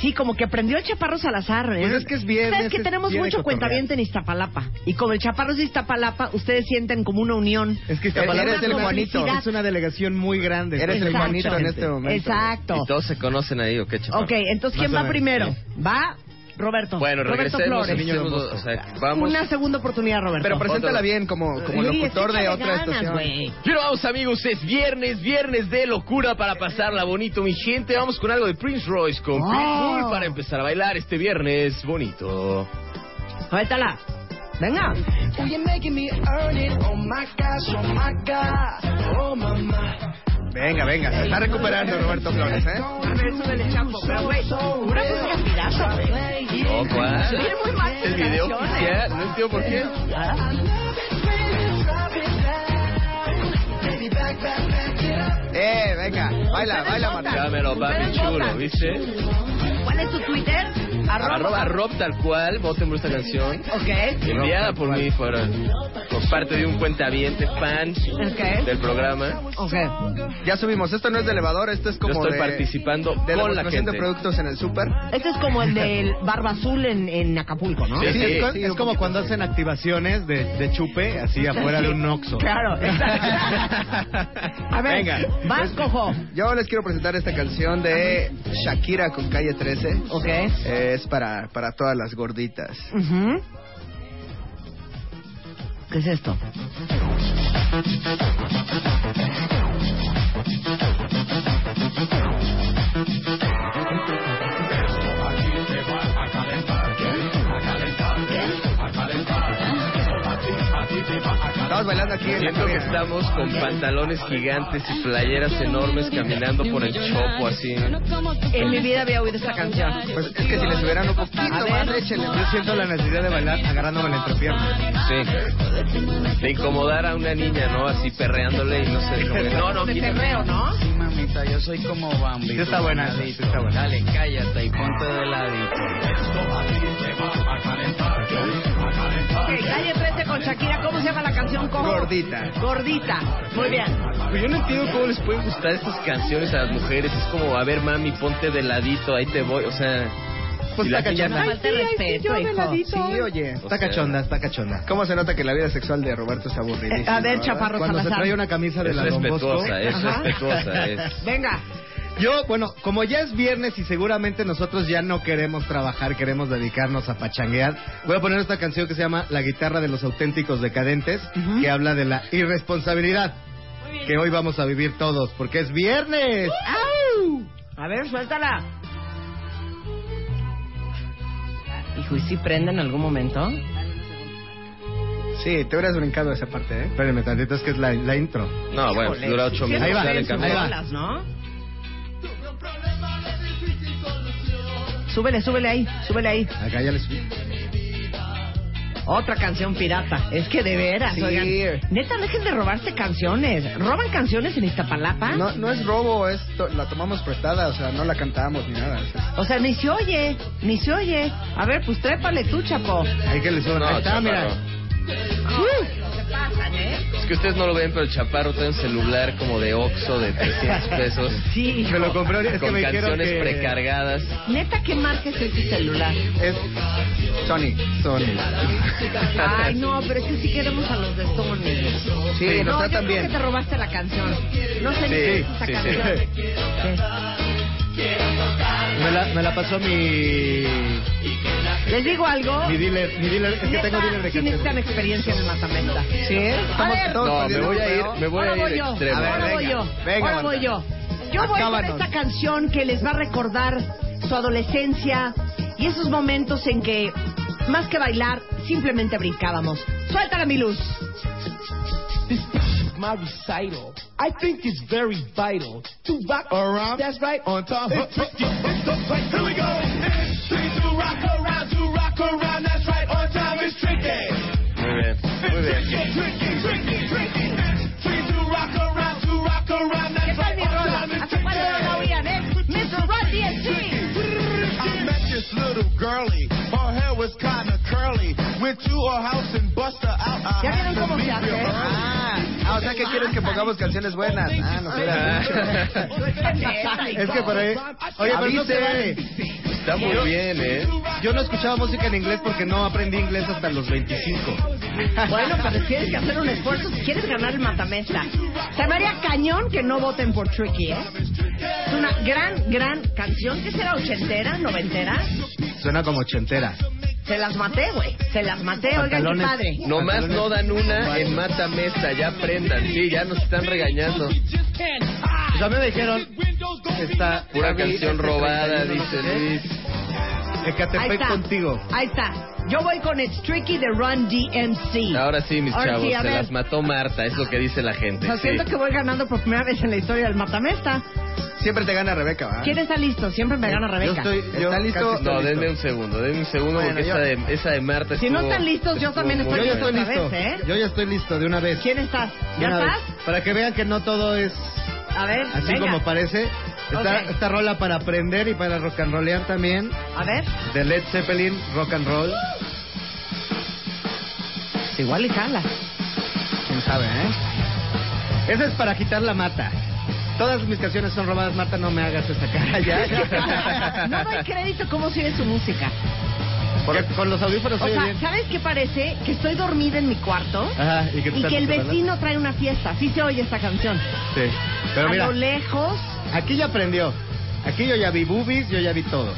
[SPEAKER 2] Sí, como que prendió el chaparro Salazar, ¿eh?
[SPEAKER 10] Pues es que es viernes,
[SPEAKER 2] Sabes que
[SPEAKER 10] es
[SPEAKER 2] tenemos
[SPEAKER 10] día de
[SPEAKER 2] mucho
[SPEAKER 10] cotorrear.
[SPEAKER 2] cuentaviente en Iztapalapa. Y como el chaparro es de Iztapalapa, ustedes sienten como una unión.
[SPEAKER 10] Es que Iztapalapa es el Juanito. Es una delegación muy grande.
[SPEAKER 2] Eres el
[SPEAKER 10] Mucha
[SPEAKER 2] Juanito en
[SPEAKER 10] gente.
[SPEAKER 2] este momento. Exacto.
[SPEAKER 9] Y todos se conocen ahí, ¿o qué chaparro?
[SPEAKER 2] Ok, entonces ¿quién
[SPEAKER 9] Más
[SPEAKER 2] va
[SPEAKER 9] o menos.
[SPEAKER 2] primero? Va Roberto.
[SPEAKER 9] Bueno,
[SPEAKER 2] Roberto
[SPEAKER 9] regresemos.
[SPEAKER 2] Flores.
[SPEAKER 9] regresemos, o sea, vamos.
[SPEAKER 2] Una segunda oportunidad, Roberto.
[SPEAKER 7] Pero preséntala
[SPEAKER 9] Otra.
[SPEAKER 7] bien, como, como
[SPEAKER 9] Sí,
[SPEAKER 7] locutor de
[SPEAKER 9] échale
[SPEAKER 7] otra
[SPEAKER 9] ganas,
[SPEAKER 7] estación.
[SPEAKER 9] güey. Pero vamos amigos, es viernes, viernes de locura para pasarla bonito, mi gente. Vamos con algo de Prince Royce con
[SPEAKER 2] Oh.
[SPEAKER 9] Pitbull para empezar a bailar este viernes bonito.
[SPEAKER 2] Suéltala. Venga.
[SPEAKER 8] Well, you're making me earn it. Oh my gosh, oh my god. Oh my my.
[SPEAKER 7] Venga, venga, se está recuperando Roberto Flores, ¿eh?
[SPEAKER 2] A ver, súbele, Chapo. Pero, güey, pura música pirata, güey.
[SPEAKER 8] Oh,
[SPEAKER 9] No, ¿cuál?
[SPEAKER 2] Se oye muy mal ¿eh? sus
[SPEAKER 9] El video
[SPEAKER 2] canciones.
[SPEAKER 9] oficial, no entiendo por qué.
[SPEAKER 2] Ah.
[SPEAKER 8] Baby, back, back, back it up.
[SPEAKER 7] Eh, venga, baila, baila, Marta.
[SPEAKER 9] Dámelo, papi
[SPEAKER 2] Ustedes
[SPEAKER 9] chulo,
[SPEAKER 2] votan.
[SPEAKER 9] ¿viste?
[SPEAKER 2] ¿Cuál es tu Twitter? Arroba.
[SPEAKER 9] Arroba Rob tal cual, voten por esta canción.
[SPEAKER 2] Ok.
[SPEAKER 9] Enviada por mí por, por parte de un cuentaviente fan
[SPEAKER 2] Ok.
[SPEAKER 9] del programa.
[SPEAKER 2] Ok.
[SPEAKER 7] Ya subimos, esto no es de elevador, esto es
[SPEAKER 9] Yo
[SPEAKER 7] como
[SPEAKER 9] estoy
[SPEAKER 7] de,
[SPEAKER 9] participando
[SPEAKER 7] de
[SPEAKER 9] con la
[SPEAKER 7] demostración
[SPEAKER 9] gente.
[SPEAKER 7] de productos en el súper.
[SPEAKER 2] Este es como el del Barba Azul en, en Acapulco, ¿no?
[SPEAKER 9] Sí,
[SPEAKER 10] Sí, es,
[SPEAKER 9] sí.
[SPEAKER 10] co- es como cuando hacen activaciones de, de chupe así afuera de un Oxxo.
[SPEAKER 2] Claro, A ver,
[SPEAKER 10] Venga.
[SPEAKER 2] vas, cojo.
[SPEAKER 7] Yo les quiero presentar esta canción de Shakira con Calle 13.
[SPEAKER 2] Ok.
[SPEAKER 7] Es para, para todas las gorditas.
[SPEAKER 2] Ujú. ¿Qué es esto?
[SPEAKER 7] Estamos bailando aquí en la
[SPEAKER 9] Siento que
[SPEAKER 7] cabina.
[SPEAKER 9] estamos con pantalones gigantes y playeras enormes caminando por el chopo así.
[SPEAKER 2] En mi vida había oído esta canción.
[SPEAKER 7] Pues es que si les hubieran un poquito
[SPEAKER 2] A ver.
[SPEAKER 7] más, échenle.
[SPEAKER 10] Yo siento la necesidad de bailar agarrándome la entrepierna.
[SPEAKER 9] Sí. De incomodar a una niña, ¿no? Así perreándole y no sé. como que, No, no,
[SPEAKER 2] De
[SPEAKER 9] quítame.
[SPEAKER 2] perreo, ¿no?
[SPEAKER 11] Mamita, yo soy como Bambi.
[SPEAKER 10] Sí
[SPEAKER 11] tú
[SPEAKER 10] está buena,
[SPEAKER 11] ganadito.
[SPEAKER 10] sí está buena.
[SPEAKER 11] Dale, cállate y ponte de ladito.
[SPEAKER 2] Ok, calle 13 con Shakira. ¿Cómo se llama la canción, cojo?
[SPEAKER 7] Gordita.
[SPEAKER 2] Gordita. Muy bien.
[SPEAKER 9] Pues yo no entiendo cómo les pueden gustar estas canciones a las mujeres. Es como, a ver, mami, ponte de ladito, ahí te voy. O sea,
[SPEAKER 10] Pues
[SPEAKER 9] y la
[SPEAKER 10] está
[SPEAKER 9] niña
[SPEAKER 10] cachonda.
[SPEAKER 2] Falta de respeto, hijo.
[SPEAKER 7] Sí, oye.
[SPEAKER 10] Está cachonda, está cachonda.
[SPEAKER 7] ¿Cómo se nota que la vida sexual de Roberto es aburridísima?
[SPEAKER 2] A ver,
[SPEAKER 7] ¿verdad?
[SPEAKER 2] chaparro
[SPEAKER 10] Cuando se
[SPEAKER 2] Salazar.
[SPEAKER 10] trae una camisa de
[SPEAKER 9] es
[SPEAKER 10] la Don Bosco.
[SPEAKER 9] respetuosa, es
[SPEAKER 2] Ajá.
[SPEAKER 9] respetuosa. Es...
[SPEAKER 2] Venga.
[SPEAKER 10] Yo, bueno, como ya es viernes y seguramente nosotros ya no queremos trabajar, queremos dedicarnos a pachanguear, voy a poner esta canción que se llama La guitarra de los auténticos decadentes,
[SPEAKER 2] Ujú.
[SPEAKER 10] que habla de la irresponsabilidad que hoy vamos a vivir todos, porque es viernes. Ah.
[SPEAKER 2] ¡Au! A ver, suéltala. Hijo, ¿y si prende en algún momento?
[SPEAKER 7] Sí, te hubieras brincado esa parte, ¿eh?
[SPEAKER 10] Espérenme tantito, es que es la, la intro.
[SPEAKER 9] No, bueno,
[SPEAKER 2] Híjole.
[SPEAKER 9] dura ocho
[SPEAKER 2] Sí,
[SPEAKER 9] minutos.
[SPEAKER 10] ahí va,
[SPEAKER 9] dale,
[SPEAKER 10] ahí
[SPEAKER 9] cambia.
[SPEAKER 10] va.
[SPEAKER 2] Bolas, ¿no? Súbele, súbele ahí, súbele ahí.
[SPEAKER 10] Acá ya les...
[SPEAKER 2] Otra canción pirata. Es que de veras,
[SPEAKER 7] Sí.
[SPEAKER 2] oigan. Neta, dejen de robarse canciones. ¿Roban canciones en Iztapalapa?
[SPEAKER 7] No, no es robo, es to- la tomamos prestada, o sea, no la cantamos ni nada. es-
[SPEAKER 2] O sea, ni se oye, ni se oye. A ver, pues trépale tú, chapo. Uh.
[SPEAKER 10] Ahí que les suena.
[SPEAKER 9] No,
[SPEAKER 10] Ahí está, mira.
[SPEAKER 9] chaparro.
[SPEAKER 2] Se pasan, ¿eh?
[SPEAKER 9] Es que ustedes no lo ven, pero el chaparro trae un celular como de Oxxo de 300 pesos.
[SPEAKER 2] Sí, hijo.
[SPEAKER 10] Me lo compré, es que
[SPEAKER 9] con
[SPEAKER 10] me dijeron
[SPEAKER 9] canciones
[SPEAKER 10] que-
[SPEAKER 9] precargadas.
[SPEAKER 2] Neta, ¿qué marca es ese celular?
[SPEAKER 10] Es Sony. Sony.
[SPEAKER 2] Ay, no, pero es que sí queremos a los de Sony.
[SPEAKER 7] Sí, nos
[SPEAKER 2] no, yo
[SPEAKER 7] tratan
[SPEAKER 2] creo
[SPEAKER 7] bien.
[SPEAKER 2] que te robaste la canción. No sé ni
[SPEAKER 9] Sí,
[SPEAKER 2] qué es esa
[SPEAKER 9] sí,
[SPEAKER 2] canción.
[SPEAKER 9] sí.
[SPEAKER 10] Me la, me la pasó mi,
[SPEAKER 2] Les digo algo.
[SPEAKER 10] mi dealer. Mi dealer. Es que
[SPEAKER 2] Neta,
[SPEAKER 10] tengo dealer de
[SPEAKER 2] sí necesitan experiencia en el matamenta.
[SPEAKER 7] Sí, estamos
[SPEAKER 2] ver.
[SPEAKER 7] todos
[SPEAKER 9] No, me
[SPEAKER 7] perdiendo
[SPEAKER 9] voy a
[SPEAKER 7] el
[SPEAKER 9] ir,
[SPEAKER 7] juego.
[SPEAKER 9] me voy
[SPEAKER 2] ahora
[SPEAKER 9] a ir
[SPEAKER 2] voy yo,
[SPEAKER 9] extremo.
[SPEAKER 7] A ver,
[SPEAKER 2] ahora voy
[SPEAKER 7] venga,
[SPEAKER 2] yo,
[SPEAKER 7] venga,
[SPEAKER 2] ahora voy yo.
[SPEAKER 7] Marta.
[SPEAKER 2] Yo voy
[SPEAKER 7] Acábanos.
[SPEAKER 2] con esta canción que les va a recordar su adolescencia y esos momentos en que, más que bailar, simplemente brincábamos. Suéltala, mi luz.
[SPEAKER 11] This is my recital. I think it's very vital to rock around. That's right. On top. It's risky. It's the fight. Here we go. It's tricky to rock around, to rock around. That's right. On time is tricky.
[SPEAKER 9] Muy bien, muy bien.
[SPEAKER 11] Tricky, tricky, tricky, tricky. It's tricky to rock around, to rock around.
[SPEAKER 2] ¿Qué
[SPEAKER 11] That's
[SPEAKER 2] tal
[SPEAKER 11] right.
[SPEAKER 2] mi
[SPEAKER 11] On
[SPEAKER 2] rola?
[SPEAKER 11] time is
[SPEAKER 2] ¿Hace cuánto no la
[SPEAKER 11] tricky.
[SPEAKER 2] oían, eh? Mr. Rodney and Chick.
[SPEAKER 11] I met this little girlie. Her hair was kinda curly. Went to her house and bust her out. I
[SPEAKER 7] ¿Ya
[SPEAKER 11] had
[SPEAKER 7] vieron
[SPEAKER 11] to
[SPEAKER 7] cómo
[SPEAKER 11] leave
[SPEAKER 7] se hace?
[SPEAKER 11] her.
[SPEAKER 7] Ah, o sea que quieres que pongamos canciones buenas. Ah, no sé.
[SPEAKER 10] Es que por ahí. Oye, pero no se vale.
[SPEAKER 11] Está muy bien, ¿eh?
[SPEAKER 10] Yo no escuchaba música en inglés porque no aprendí inglés hasta los 25.
[SPEAKER 2] Bueno, pero tienes que hacer un esfuerzo si quieres ganar el matamesta. Se me haría cañón que no voten por Tricky, ¿eh? Es una gran, gran canción. ¿Qué será? ¿Ochentera? ¿Noventera?
[SPEAKER 10] Suena como ochentera.
[SPEAKER 2] Se las maté, güey. Se las maté, oigan qué
[SPEAKER 9] Pantalones.
[SPEAKER 2] padre.
[SPEAKER 9] Nomás no dan una en Mata Mesa, ya aprendan, sí, ya nos están regañando.
[SPEAKER 10] Pues a mí me dijeron. Esta,
[SPEAKER 9] Pura
[SPEAKER 10] Gaby,
[SPEAKER 9] canción
[SPEAKER 10] este
[SPEAKER 9] robada,
[SPEAKER 10] 31, no ¿Eh? sé
[SPEAKER 9] dice
[SPEAKER 10] qué.
[SPEAKER 9] Luis.
[SPEAKER 2] Ahí
[SPEAKER 10] Ecatepec
[SPEAKER 2] está.
[SPEAKER 10] contigo.
[SPEAKER 2] Ahí está. Yo voy con It's Tricky de Run DMC.
[SPEAKER 9] Ahora sí, mis
[SPEAKER 2] Ahora
[SPEAKER 9] chavos,
[SPEAKER 2] sí, a
[SPEAKER 9] se
[SPEAKER 2] ver.
[SPEAKER 9] las mató Marta, es lo que dice la gente.
[SPEAKER 10] Pues
[SPEAKER 2] O sea, siento
[SPEAKER 9] sí.
[SPEAKER 2] que voy ganando por primera vez en la historia del matamesta.
[SPEAKER 10] Siempre te gana Rebeca, ¿va?
[SPEAKER 2] ¿Quién está listo? Siempre
[SPEAKER 10] Eh,
[SPEAKER 2] me gana Rebeca.
[SPEAKER 10] ¿Está listo?
[SPEAKER 9] No, denme un segundo, denme un segundo
[SPEAKER 10] Bueno,
[SPEAKER 9] porque
[SPEAKER 10] yo-
[SPEAKER 9] esa, de, esa de Marta
[SPEAKER 2] Si no
[SPEAKER 9] estuvo-
[SPEAKER 2] están listos, yo también
[SPEAKER 9] estuvo
[SPEAKER 2] estoy
[SPEAKER 9] muy
[SPEAKER 10] Yo ya
[SPEAKER 9] buena.
[SPEAKER 10] estoy listo.
[SPEAKER 2] vez, ¿eh?
[SPEAKER 10] Yo ya estoy listo de una vez.
[SPEAKER 2] ¿Quién estás?
[SPEAKER 10] De
[SPEAKER 2] ¿Ya
[SPEAKER 10] una vez.
[SPEAKER 2] estás?
[SPEAKER 10] Para que vean que no todo es
[SPEAKER 2] A ver,
[SPEAKER 10] así
[SPEAKER 2] venga.
[SPEAKER 10] como parece. Está
[SPEAKER 2] Ok.
[SPEAKER 10] esta rola para aprender y para rock and rollear también.
[SPEAKER 2] A ver.
[SPEAKER 10] De Led Zeppelin, rock and roll.
[SPEAKER 2] Igual y jala.
[SPEAKER 10] ¿Quién sabe, eh? Esa es para quitar la mata. Todas mis canciones son robadas, Marta, no me hagas esa cara ya.
[SPEAKER 2] No doy crédito cómo se oye su música.
[SPEAKER 10] Porque con los audífonos
[SPEAKER 2] O
[SPEAKER 10] oye
[SPEAKER 2] sea,
[SPEAKER 10] bien.
[SPEAKER 2] ¿sabes qué parece? Que estoy dormida en mi cuarto
[SPEAKER 10] Ajá, y que, te
[SPEAKER 2] y que el
[SPEAKER 10] están-
[SPEAKER 2] vecino trae una fiesta. Así se oye esta canción.
[SPEAKER 10] Sí. Pero
[SPEAKER 2] a
[SPEAKER 10] mira,
[SPEAKER 2] lo lejos.
[SPEAKER 10] aquí ya aprendió. Aquí yo ya vi boobies, yo ya vi todo.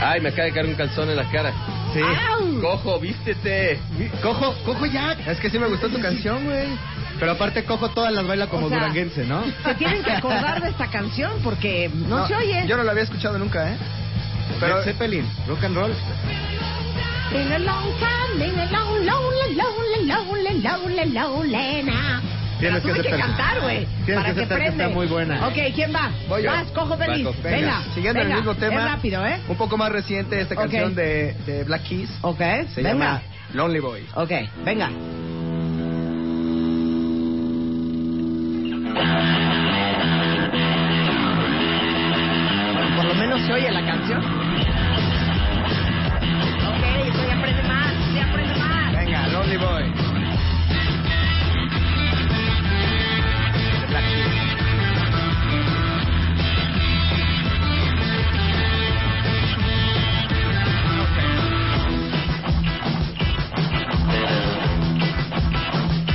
[SPEAKER 9] Ay, me acaba de caer un calzón en la cara.
[SPEAKER 10] Sí.
[SPEAKER 9] Cojo, vístete.
[SPEAKER 10] Cojo, cojo ya. Es que sí me gustó tu canción, güey. Pero aparte, cojo todas las baila como
[SPEAKER 2] O sea,
[SPEAKER 10] duranguense, ¿no?
[SPEAKER 2] Se tienen que acordar de esta canción porque no, se oye.
[SPEAKER 7] Yo no la había escuchado nunca, ¿eh?
[SPEAKER 10] Pero
[SPEAKER 7] Pero-
[SPEAKER 10] Zeppelin, rock and roll.
[SPEAKER 2] Been a long time, been a long, lonely, lonely, lonely, lonely, lonely now.
[SPEAKER 10] Tienes
[SPEAKER 2] La
[SPEAKER 10] que
[SPEAKER 2] tuve que
[SPEAKER 10] aceptar.
[SPEAKER 2] cantar, güey.
[SPEAKER 10] Tienes
[SPEAKER 2] para
[SPEAKER 10] que aceptar que
[SPEAKER 2] prende.
[SPEAKER 10] está muy buena.
[SPEAKER 2] Ok, ¿quién va?
[SPEAKER 7] Voy yo.
[SPEAKER 2] Vas, cojo feliz.
[SPEAKER 9] Va, cojo.
[SPEAKER 2] venga,
[SPEAKER 7] Siguiendo en
[SPEAKER 2] venga.
[SPEAKER 7] el mismo tema.
[SPEAKER 2] Es rápido, ¿eh?
[SPEAKER 7] Un poco más reciente esta
[SPEAKER 2] Ok.
[SPEAKER 7] canción de, de Black Keys.
[SPEAKER 2] Ok,
[SPEAKER 7] Se
[SPEAKER 2] venga.
[SPEAKER 7] llama Lonely Boy.
[SPEAKER 2] Ok, venga. Bueno, por lo menos se oye la canción. Ok, voy a aprender más, voy a aprender más.
[SPEAKER 7] Venga, Lonely Boy. De Black Keys.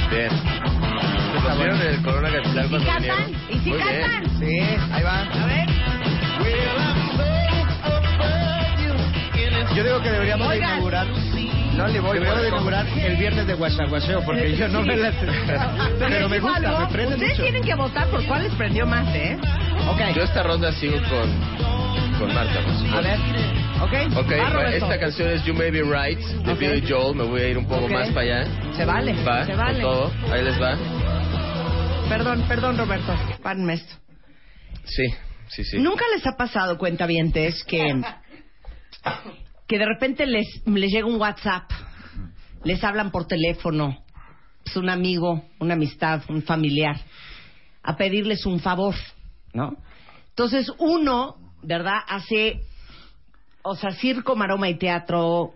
[SPEAKER 9] Bien. Se pusieron en el corona capital
[SPEAKER 2] ¿Y
[SPEAKER 9] cuando
[SPEAKER 2] cantan?
[SPEAKER 9] vinieron.
[SPEAKER 2] ¿Y si
[SPEAKER 9] Muy bien.
[SPEAKER 2] cantan?
[SPEAKER 7] Sí, ahí va.
[SPEAKER 2] A ver.
[SPEAKER 10] Yo digo que deberíamos de
[SPEAKER 2] Oigan.
[SPEAKER 10] inaugurar.
[SPEAKER 7] Lonely Boy.
[SPEAKER 10] Deberíamos de
[SPEAKER 7] por-
[SPEAKER 10] inaugurar el viernes de guachaguacheo porque yo no
[SPEAKER 2] Sí.
[SPEAKER 10] me las. Pero me
[SPEAKER 2] les digo
[SPEAKER 10] gusta,
[SPEAKER 2] algo,
[SPEAKER 10] me prende
[SPEAKER 2] Ustedes
[SPEAKER 10] mucho.
[SPEAKER 2] tienen que votar por cuál les prendió más, ¿eh? Ok.
[SPEAKER 9] Yo esta ronda sigo con, con Marta. por supuesto.
[SPEAKER 2] A ver. Ok.
[SPEAKER 9] Ok,
[SPEAKER 10] pues,
[SPEAKER 2] Va, Roberto.
[SPEAKER 9] esta canción es You May Be Right de
[SPEAKER 2] Ok.
[SPEAKER 9] Billy Joel. Me voy a ir un poco
[SPEAKER 2] Ok.
[SPEAKER 9] más para allá.
[SPEAKER 2] Se vale.
[SPEAKER 9] Va,
[SPEAKER 2] se
[SPEAKER 9] con
[SPEAKER 2] vale.
[SPEAKER 9] todo. Ahí les va.
[SPEAKER 2] Perdón, perdón, Roberto. Párenme esto.
[SPEAKER 9] Sí, sí, sí.
[SPEAKER 2] ¿Nunca les ha pasado, cuentavientes, que, que de repente les, les llega un WhatsApp, les hablan por teléfono, es un amigo, una amistad, un familiar, a pedirles un favor, ¿no? Entonces uno, ¿verdad? Hace, o sea, circo, maroma y teatro,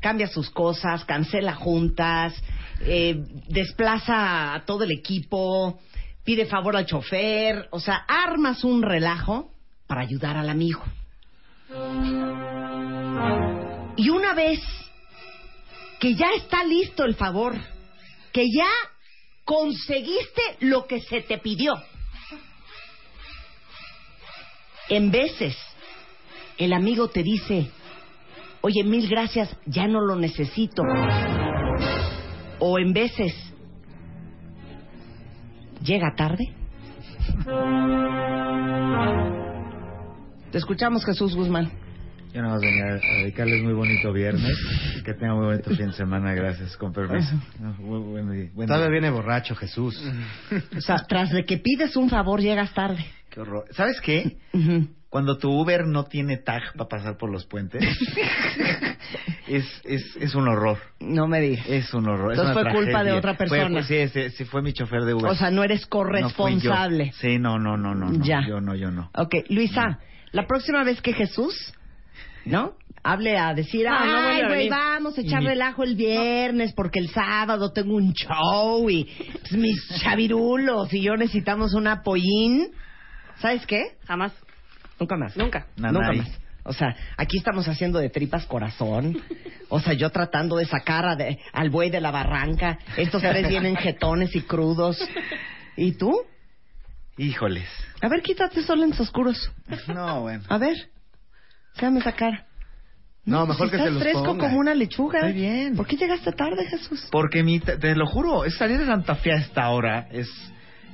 [SPEAKER 2] cambia sus cosas, cancela juntas, eh, desplaza a todo el equipo, pide favor al chofer, o sea, armas un relajo para ayudar al amigo. Y una vez que ya está listo el favor, que ya conseguiste lo que se te pidió, en veces el amigo te dice, oye, mil gracias, ya no lo necesito. O en veces, llega tarde. Te escuchamos, Jesús Guzmán.
[SPEAKER 12] Yo nada más venía a dedicarles muy bonito viernes. y Que tengan muy bonito fin de semana. Gracias, con permiso. No, bu- buen día, buen
[SPEAKER 10] Todavía
[SPEAKER 12] día.
[SPEAKER 10] viene borracho, Jesús.
[SPEAKER 2] O sea, tras de que pides un favor, llegas tarde.
[SPEAKER 12] Qué horror. ¿Sabes qué?
[SPEAKER 2] Ujú.
[SPEAKER 12] Cuando tu Uber no tiene tag para pasar por los puentes, es, es, es un horror.
[SPEAKER 2] No me digas.
[SPEAKER 12] Es un horror. es
[SPEAKER 2] Entonces
[SPEAKER 12] una
[SPEAKER 2] fue culpa de
[SPEAKER 12] tragedia.
[SPEAKER 2] otra
[SPEAKER 12] Fue-
[SPEAKER 2] persona.
[SPEAKER 12] pues, sí, sí, sí, fue mi chofer de Uber.
[SPEAKER 2] O sea, no eres
[SPEAKER 12] No fui yo.
[SPEAKER 2] corresponsable.
[SPEAKER 12] sí, no, no, no, no. no.
[SPEAKER 2] Ya.
[SPEAKER 12] Yo no, yo no.
[SPEAKER 2] Ok, Luisa, la próxima vez que Jesús, ¿no? hable a decir,
[SPEAKER 13] Ah, no voy
[SPEAKER 2] ay,
[SPEAKER 13] a
[SPEAKER 2] güey,
[SPEAKER 13] venir".
[SPEAKER 2] vamos a echar
[SPEAKER 13] Y-
[SPEAKER 2] relajo el viernes porque el sábado tengo un show y pues, mis chavirulos y yo necesitamos un apoyín. ¿Sabes qué? Jamás. Nunca más. Nunca. Nunca
[SPEAKER 13] Nanay.
[SPEAKER 2] más. O sea, aquí estamos haciendo de tripas corazón. O sea, yo tratando de sacar a de- al buey de la barranca. Estos tres vienen jetones y crudos. ¿Y tú?
[SPEAKER 10] Híjoles.
[SPEAKER 2] A ver, quítate esos lentes oscuros.
[SPEAKER 10] No, bueno.
[SPEAKER 2] A ver. Sácame esa cara.
[SPEAKER 10] No, mejor
[SPEAKER 2] Si
[SPEAKER 10] que se
[SPEAKER 2] estás
[SPEAKER 10] los
[SPEAKER 2] fresco
[SPEAKER 10] ponga.
[SPEAKER 2] como una lechuga.
[SPEAKER 10] Muy bien.
[SPEAKER 2] ¿Por qué llegaste tarde, Jesús?
[SPEAKER 12] Porque mi, te, te lo juro, es salir de Santa Fe a esta hora es...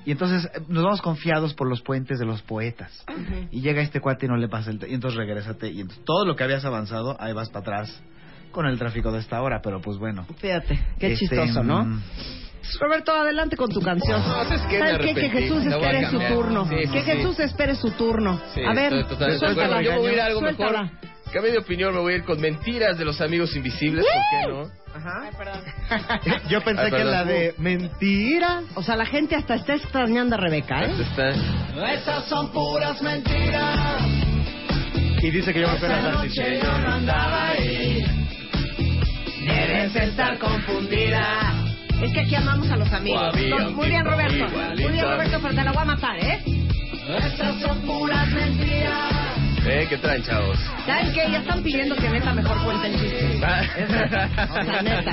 [SPEAKER 12] Y entonces eh, nos vamos confiados por los puentes de los poetas. Y llega este cuate y no le pasa el... t- Y entonces regrésate. Y entonces todo lo que habías avanzado, ahí vas para atrás con el tráfico de esta hora. Pero pues bueno.
[SPEAKER 2] Fíjate, qué
[SPEAKER 12] Este,
[SPEAKER 2] chistoso, ¿no?
[SPEAKER 12] mm,
[SPEAKER 2] Roberto, adelante con tu canción.
[SPEAKER 12] No, ¿sabes qué? Me
[SPEAKER 2] ¿Sabes qué? Que
[SPEAKER 12] arrepentí.
[SPEAKER 2] Jesús
[SPEAKER 12] La voy a
[SPEAKER 2] espere su
[SPEAKER 12] cambiar.
[SPEAKER 2] turno.
[SPEAKER 12] Sí, sí,
[SPEAKER 2] que
[SPEAKER 12] sí.
[SPEAKER 2] Jesús espere su turno.
[SPEAKER 9] Sí,
[SPEAKER 2] a ver,
[SPEAKER 9] estoy totalmente de
[SPEAKER 2] suéltala.
[SPEAKER 9] acuerdo. Yo me voy a ir a algo
[SPEAKER 2] Suéltala.
[SPEAKER 9] mejor. Cambio de opinión, me voy a ir con mentiras de los amigos invisibles, ¿por qué no?
[SPEAKER 2] Ajá.
[SPEAKER 10] Yo pensé
[SPEAKER 9] Ay,
[SPEAKER 10] que
[SPEAKER 9] perdón.
[SPEAKER 10] la de
[SPEAKER 2] Mentira. O sea, la gente hasta está extrañando a Rebeca, ¿eh?
[SPEAKER 8] Esas son puras mentiras.
[SPEAKER 10] Y dice que yo me fui a la
[SPEAKER 8] Esa
[SPEAKER 10] Atlantis.
[SPEAKER 8] noche yo no andaba ahí. Debes estar confundida.
[SPEAKER 2] Es que aquí amamos a los
[SPEAKER 8] O
[SPEAKER 2] amigos.
[SPEAKER 8] había
[SPEAKER 2] Entonces,
[SPEAKER 8] un
[SPEAKER 2] muy bien,
[SPEAKER 8] tipo
[SPEAKER 2] Roberto.
[SPEAKER 8] igualito
[SPEAKER 2] Muy bien,
[SPEAKER 8] a mí.
[SPEAKER 2] Roberto, pero te la voy a matar, ¿eh?
[SPEAKER 8] Esas son puras mentiras.
[SPEAKER 9] Eh, ¿qué traen, chavos?
[SPEAKER 2] ¿Saben qué? Ya están pidiendo que neta mejor cuente el chiste. O sea, neta.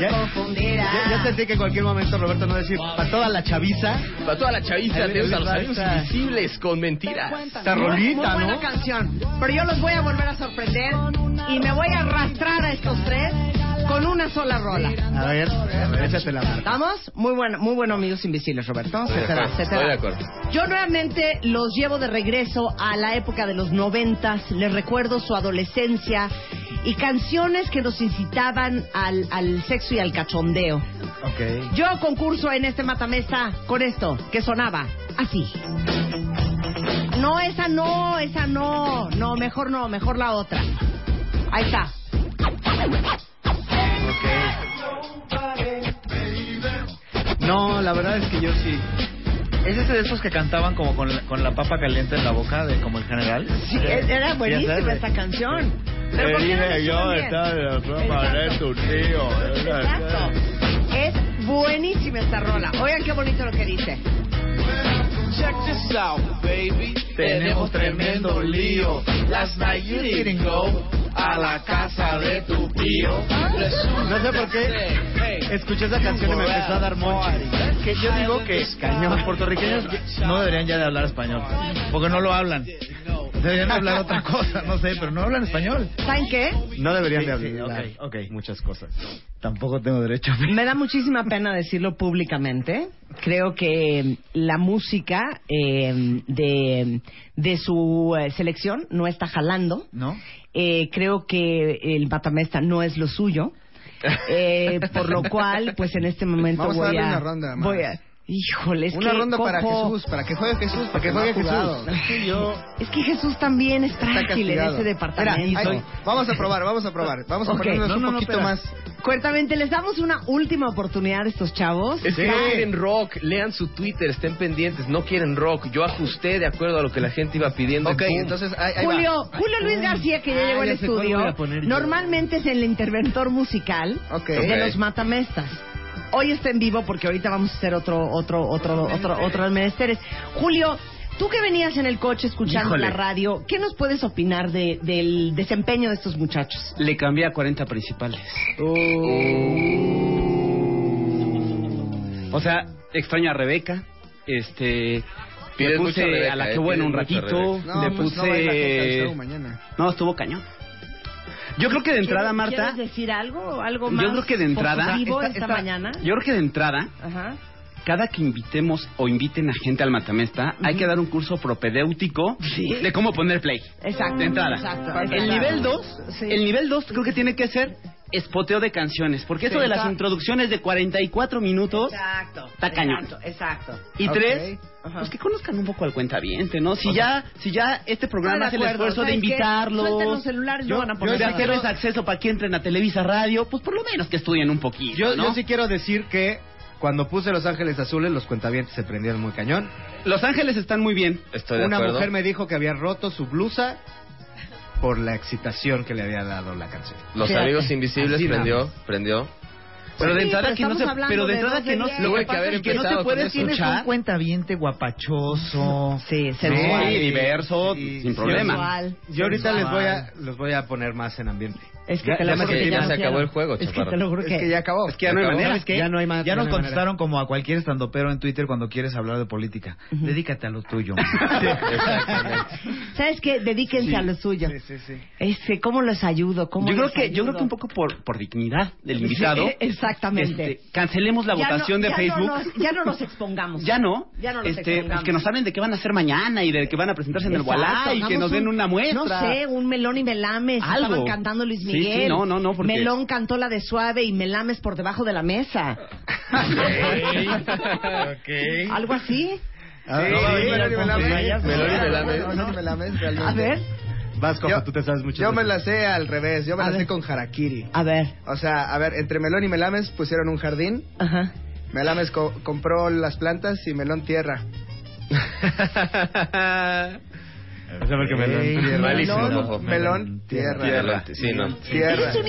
[SPEAKER 10] Ya-
[SPEAKER 2] confundida.
[SPEAKER 10] Ya, ya sentí que en cualquier momento Roberto no va a decir, para toda la chaviza.
[SPEAKER 9] Para toda la chaviza,
[SPEAKER 10] Ahí-
[SPEAKER 9] tenemos a los
[SPEAKER 10] ahí
[SPEAKER 9] amigos
[SPEAKER 10] está.
[SPEAKER 9] invisibles con mentiras.
[SPEAKER 10] Esta
[SPEAKER 2] Muy-
[SPEAKER 10] rolita,
[SPEAKER 2] muy buena
[SPEAKER 10] ¿no?
[SPEAKER 2] canción. Pero yo los voy a volver a sorprender y me voy a arrastrar a estos tres con una sola rola.
[SPEAKER 10] A ver, a ver, échate la marca.
[SPEAKER 2] ¿Estamos? Muy bueno, muy bueno, amigos invisibles, Roberto.
[SPEAKER 9] Estoy de
[SPEAKER 2] Se te da,
[SPEAKER 9] acuerdo,
[SPEAKER 2] se te
[SPEAKER 9] estoy
[SPEAKER 2] da.
[SPEAKER 9] de acuerdo.
[SPEAKER 2] Yo nuevamente los llevo de regreso a la época de los noventas, les recuerdo su adolescencia y canciones que nos incitaban al, al sexo y al cachondeo.
[SPEAKER 10] Ok.
[SPEAKER 2] Yo concurso en este matamesta con esto, que sonaba así. No, esa no, esa no, no, mejor no, mejor la otra. Ahí está.
[SPEAKER 12] No, la verdad es que yo sí. ¿Es ese de esos que cantaban como con la, con la papa caliente en la boca, de como el general?
[SPEAKER 2] Sí, e-, era
[SPEAKER 12] Eh, Ya
[SPEAKER 2] buenísima
[SPEAKER 12] sabes.
[SPEAKER 2] esta canción. Pero ¿por qué no
[SPEAKER 12] Dime
[SPEAKER 2] la suben
[SPEAKER 12] yo
[SPEAKER 2] bien?
[SPEAKER 12] estaba de la
[SPEAKER 2] Exacto.
[SPEAKER 12] forma de tu tío.
[SPEAKER 2] Exacto. Es buenísima esta rola. Oigan qué bonito lo que dice.
[SPEAKER 8] Check this out, baby.
[SPEAKER 12] Tenemos tremendo lío.
[SPEAKER 8] Last night you didn't go a la casa de tu tío.
[SPEAKER 10] No sé por qué escuché esa canción y me empezó a dar monche.
[SPEAKER 12] Que yo digo que
[SPEAKER 10] Cañón.
[SPEAKER 12] los puertorriqueños no deberían ya de hablar español, porque no lo hablan. Deberían hablar otra cosa, no sé, pero no hablan español.
[SPEAKER 2] ¿Saben qué?
[SPEAKER 10] No deberían de
[SPEAKER 12] Sí, sí,
[SPEAKER 10] hablar.
[SPEAKER 12] ok, ok, muchas cosas. Tampoco tengo derecho a
[SPEAKER 2] Me da muchísima pena decirlo públicamente. Creo que la música eh, de, de su eh, selección no está jalando.
[SPEAKER 12] ¿No?
[SPEAKER 2] Eh, creo que el batamesta no es lo suyo. Eh, por lo cual, pues en este momento
[SPEAKER 7] Vamos a
[SPEAKER 2] voy
[SPEAKER 7] darle una ronda más.
[SPEAKER 2] voy a- Híjole, es
[SPEAKER 7] Una
[SPEAKER 2] que,
[SPEAKER 7] ronda para
[SPEAKER 2] Coco,
[SPEAKER 7] Jesús, para que juegue Jesús, para
[SPEAKER 10] que
[SPEAKER 7] que juegue
[SPEAKER 10] juegue
[SPEAKER 7] Jesús.
[SPEAKER 10] Jesús.
[SPEAKER 2] Es que Jesús también es frágil en
[SPEAKER 7] castigado.
[SPEAKER 2] ese departamento.
[SPEAKER 7] Mira, ahí- vamos a probar, vamos a probar. Vamos a
[SPEAKER 2] Ok.
[SPEAKER 7] ponernos
[SPEAKER 2] No,
[SPEAKER 7] un
[SPEAKER 2] no, no,
[SPEAKER 7] poquito
[SPEAKER 2] espera.
[SPEAKER 7] más.
[SPEAKER 2] Cuentamente, les damos una última oportunidad a estos chavos.
[SPEAKER 9] Es que no
[SPEAKER 2] Ya.
[SPEAKER 9] quieren rock, lean su Twitter, estén pendientes, no quieren rock. Yo ajusté de acuerdo a lo que la gente iba pidiendo.
[SPEAKER 7] Ok,
[SPEAKER 9] Pum.
[SPEAKER 7] entonces ahí, ahí va.
[SPEAKER 2] Julio, Julio Luis García, que ya
[SPEAKER 7] Ah,
[SPEAKER 2] llegó al
[SPEAKER 7] ya sé cuál
[SPEAKER 2] estudio,
[SPEAKER 7] voy a poner yo.
[SPEAKER 2] normalmente es el interventor musical
[SPEAKER 7] Ok.
[SPEAKER 2] de
[SPEAKER 7] Ok.
[SPEAKER 2] los Matamestas. Hoy está en vivo porque ahorita vamos a hacer otro, otro, otro, otro, otro menesteres. Julio, tú que venías en el coche escuchando
[SPEAKER 14] Híjole.
[SPEAKER 2] la radio, ¿qué nos puedes opinar de- del desempeño de estos muchachos?
[SPEAKER 14] Le cambié a 40 principales.
[SPEAKER 9] Oh.
[SPEAKER 14] O sea, extraño a Rebeca. Este. Le
[SPEAKER 9] Pides
[SPEAKER 14] puse
[SPEAKER 9] mucho a Rebeca,
[SPEAKER 14] a la
[SPEAKER 9] eh,
[SPEAKER 14] que bueno
[SPEAKER 9] pides
[SPEAKER 14] un
[SPEAKER 9] mucho a
[SPEAKER 14] ratito.
[SPEAKER 9] Rebeca.
[SPEAKER 7] No,
[SPEAKER 14] le
[SPEAKER 7] pues
[SPEAKER 14] puse.
[SPEAKER 7] no baila gente al show mañana.
[SPEAKER 14] No, estuvo cañón. Yo creo que de entrada, Marta.
[SPEAKER 2] ¿Quieres decir algo? ¿Algo más
[SPEAKER 14] Yo creo que de entrada.
[SPEAKER 2] positivo
[SPEAKER 14] esta-
[SPEAKER 2] esta,
[SPEAKER 14] esta-
[SPEAKER 2] mañana?
[SPEAKER 14] Yo creo que de entrada,
[SPEAKER 2] Ajá.
[SPEAKER 14] cada que invitemos o inviten a gente al Matamesta, hay que dar un curso propedéutico de cómo poner play.
[SPEAKER 2] Exacto.
[SPEAKER 14] De entrada.
[SPEAKER 2] Exacto,
[SPEAKER 14] El
[SPEAKER 2] exacto.
[SPEAKER 14] nivel 2,
[SPEAKER 2] Sí.
[SPEAKER 14] el nivel 2 creo que tiene que ser espoteo de canciones, porque eso
[SPEAKER 2] Sí,
[SPEAKER 14] de las
[SPEAKER 2] está-
[SPEAKER 14] introducciones de 44 minutos
[SPEAKER 2] Exacto.
[SPEAKER 14] está cañón.
[SPEAKER 2] Exacto, exacto.
[SPEAKER 14] Y
[SPEAKER 2] Ok.
[SPEAKER 14] tres,
[SPEAKER 2] Ajá.
[SPEAKER 14] pues que conozcan un poco al cuentaviente, ¿no? Si ya, si ya este programa hace
[SPEAKER 2] Estoy
[SPEAKER 14] el
[SPEAKER 2] de acuerdo,
[SPEAKER 14] esfuerzo de
[SPEAKER 2] ¿sabes qué?
[SPEAKER 14] invitarlos,
[SPEAKER 2] Suelten los celulares, no
[SPEAKER 14] yo,
[SPEAKER 2] van a poner
[SPEAKER 14] yo ya
[SPEAKER 2] nada.
[SPEAKER 14] quiero ese acceso para que entren a Televisa Radio, pues por lo menos que estudien un poquito,
[SPEAKER 10] Yo,
[SPEAKER 14] ¿no?
[SPEAKER 10] yo sí quiero decir que cuando puse Los Ángeles Azules, los cuentavientes se prendieron muy cañón.
[SPEAKER 14] Los Ángeles están muy bien.
[SPEAKER 9] Estoy de
[SPEAKER 10] Una
[SPEAKER 9] acuerdo.
[SPEAKER 10] mujer me dijo que había roto su blusa por la excitación que le había dado la canción.
[SPEAKER 9] Los
[SPEAKER 10] Fíjate,
[SPEAKER 9] amigos invisibles
[SPEAKER 10] así nada
[SPEAKER 9] prendió,
[SPEAKER 10] más.
[SPEAKER 9] prendió.
[SPEAKER 10] Pero de entrada que no se, pero de entrada que no,
[SPEAKER 9] lo
[SPEAKER 10] lo que,
[SPEAKER 9] que
[SPEAKER 10] pasa
[SPEAKER 9] haber
[SPEAKER 10] es que no
[SPEAKER 9] empezado
[SPEAKER 10] te
[SPEAKER 9] con
[SPEAKER 10] puedes
[SPEAKER 9] eso.
[SPEAKER 10] tienes un
[SPEAKER 9] Chat.
[SPEAKER 10] cuentaviente guapachoso, sí,
[SPEAKER 14] sensual. Oh. Sí, diverso, sin problema.
[SPEAKER 10] Sensual, Yo ahorita les voy a los voy a poner más en ambiente.
[SPEAKER 14] Es que te lo juro que ya no quiero. Es que te lo juro que-
[SPEAKER 10] es que ya
[SPEAKER 9] Oh,
[SPEAKER 10] acabó.
[SPEAKER 14] Es que ya no hay
[SPEAKER 10] Acabó.
[SPEAKER 14] manera.
[SPEAKER 10] ¿Sabes qué?
[SPEAKER 14] Ya no hay ma-
[SPEAKER 10] Ya
[SPEAKER 14] no
[SPEAKER 10] nos
[SPEAKER 14] hay manera.
[SPEAKER 10] contestaron como a cualquier estandopero en Twitter cuando quieres hablar de política. Dedícate a lo tuyo.
[SPEAKER 2] ¿Sabes qué? Dedíquense
[SPEAKER 10] Sí.
[SPEAKER 2] a lo suyo.
[SPEAKER 10] Sí, sí, sí.
[SPEAKER 2] Este, ¿Cómo les ayudo? ¿Cómo
[SPEAKER 14] Yo creo
[SPEAKER 2] les
[SPEAKER 14] que yo creo
[SPEAKER 2] ayudo?
[SPEAKER 14] que un poco por por dignidad del invitado.
[SPEAKER 9] eh,
[SPEAKER 2] Sí, exactamente.
[SPEAKER 14] este, cancelemos la
[SPEAKER 2] Ya no-
[SPEAKER 14] votación de
[SPEAKER 2] ya no
[SPEAKER 14] Facebook.
[SPEAKER 2] nos- ya no nos expongamos.
[SPEAKER 14] Ya no.
[SPEAKER 2] Ya no nos
[SPEAKER 14] este,
[SPEAKER 2] expongamos.
[SPEAKER 14] que nos hablen de qué van a hacer mañana y de que van a presentarse en el
[SPEAKER 2] Exacto,
[SPEAKER 14] Walá y que
[SPEAKER 2] hagamos
[SPEAKER 14] nos den
[SPEAKER 2] un-
[SPEAKER 14] una muestra.
[SPEAKER 2] No sé, un melón y melames.
[SPEAKER 14] Algo.
[SPEAKER 2] Estaban cantando Luis
[SPEAKER 14] Sí,
[SPEAKER 2] Miguel.
[SPEAKER 14] sí, no, no, no, porque-
[SPEAKER 2] Melón cantó la de suave y melames por debajo de la mesa. ¿Algo así?
[SPEAKER 10] A ver,
[SPEAKER 2] Sí,
[SPEAKER 10] no,
[SPEAKER 2] sí,
[SPEAKER 10] Meloni
[SPEAKER 2] no,
[SPEAKER 10] Melames.
[SPEAKER 2] sí, ya sé.
[SPEAKER 10] Meloni Melames.
[SPEAKER 7] No, no, no, me la ves realmente.
[SPEAKER 2] A ver.
[SPEAKER 10] Vas, Cojo, tú te sabes mucho.
[SPEAKER 7] Yo
[SPEAKER 10] de
[SPEAKER 7] me
[SPEAKER 10] eso.
[SPEAKER 7] la sé al revés, yo me
[SPEAKER 10] A
[SPEAKER 7] la
[SPEAKER 10] ver.
[SPEAKER 7] sé con Harakiri.
[SPEAKER 2] A ver.
[SPEAKER 7] O sea, a ver, entre Melón y Melames pusieron un jardín.
[SPEAKER 2] Ajá.
[SPEAKER 7] Melames co- compró las plantas y Melón tierra.
[SPEAKER 10] Vas a ver que
[SPEAKER 7] Ey,
[SPEAKER 10] Melón.
[SPEAKER 7] Malísimo, Melón, Cojo. Melón, tierra.
[SPEAKER 9] Tierra, Sí, no.
[SPEAKER 7] Tierra.
[SPEAKER 2] Eres un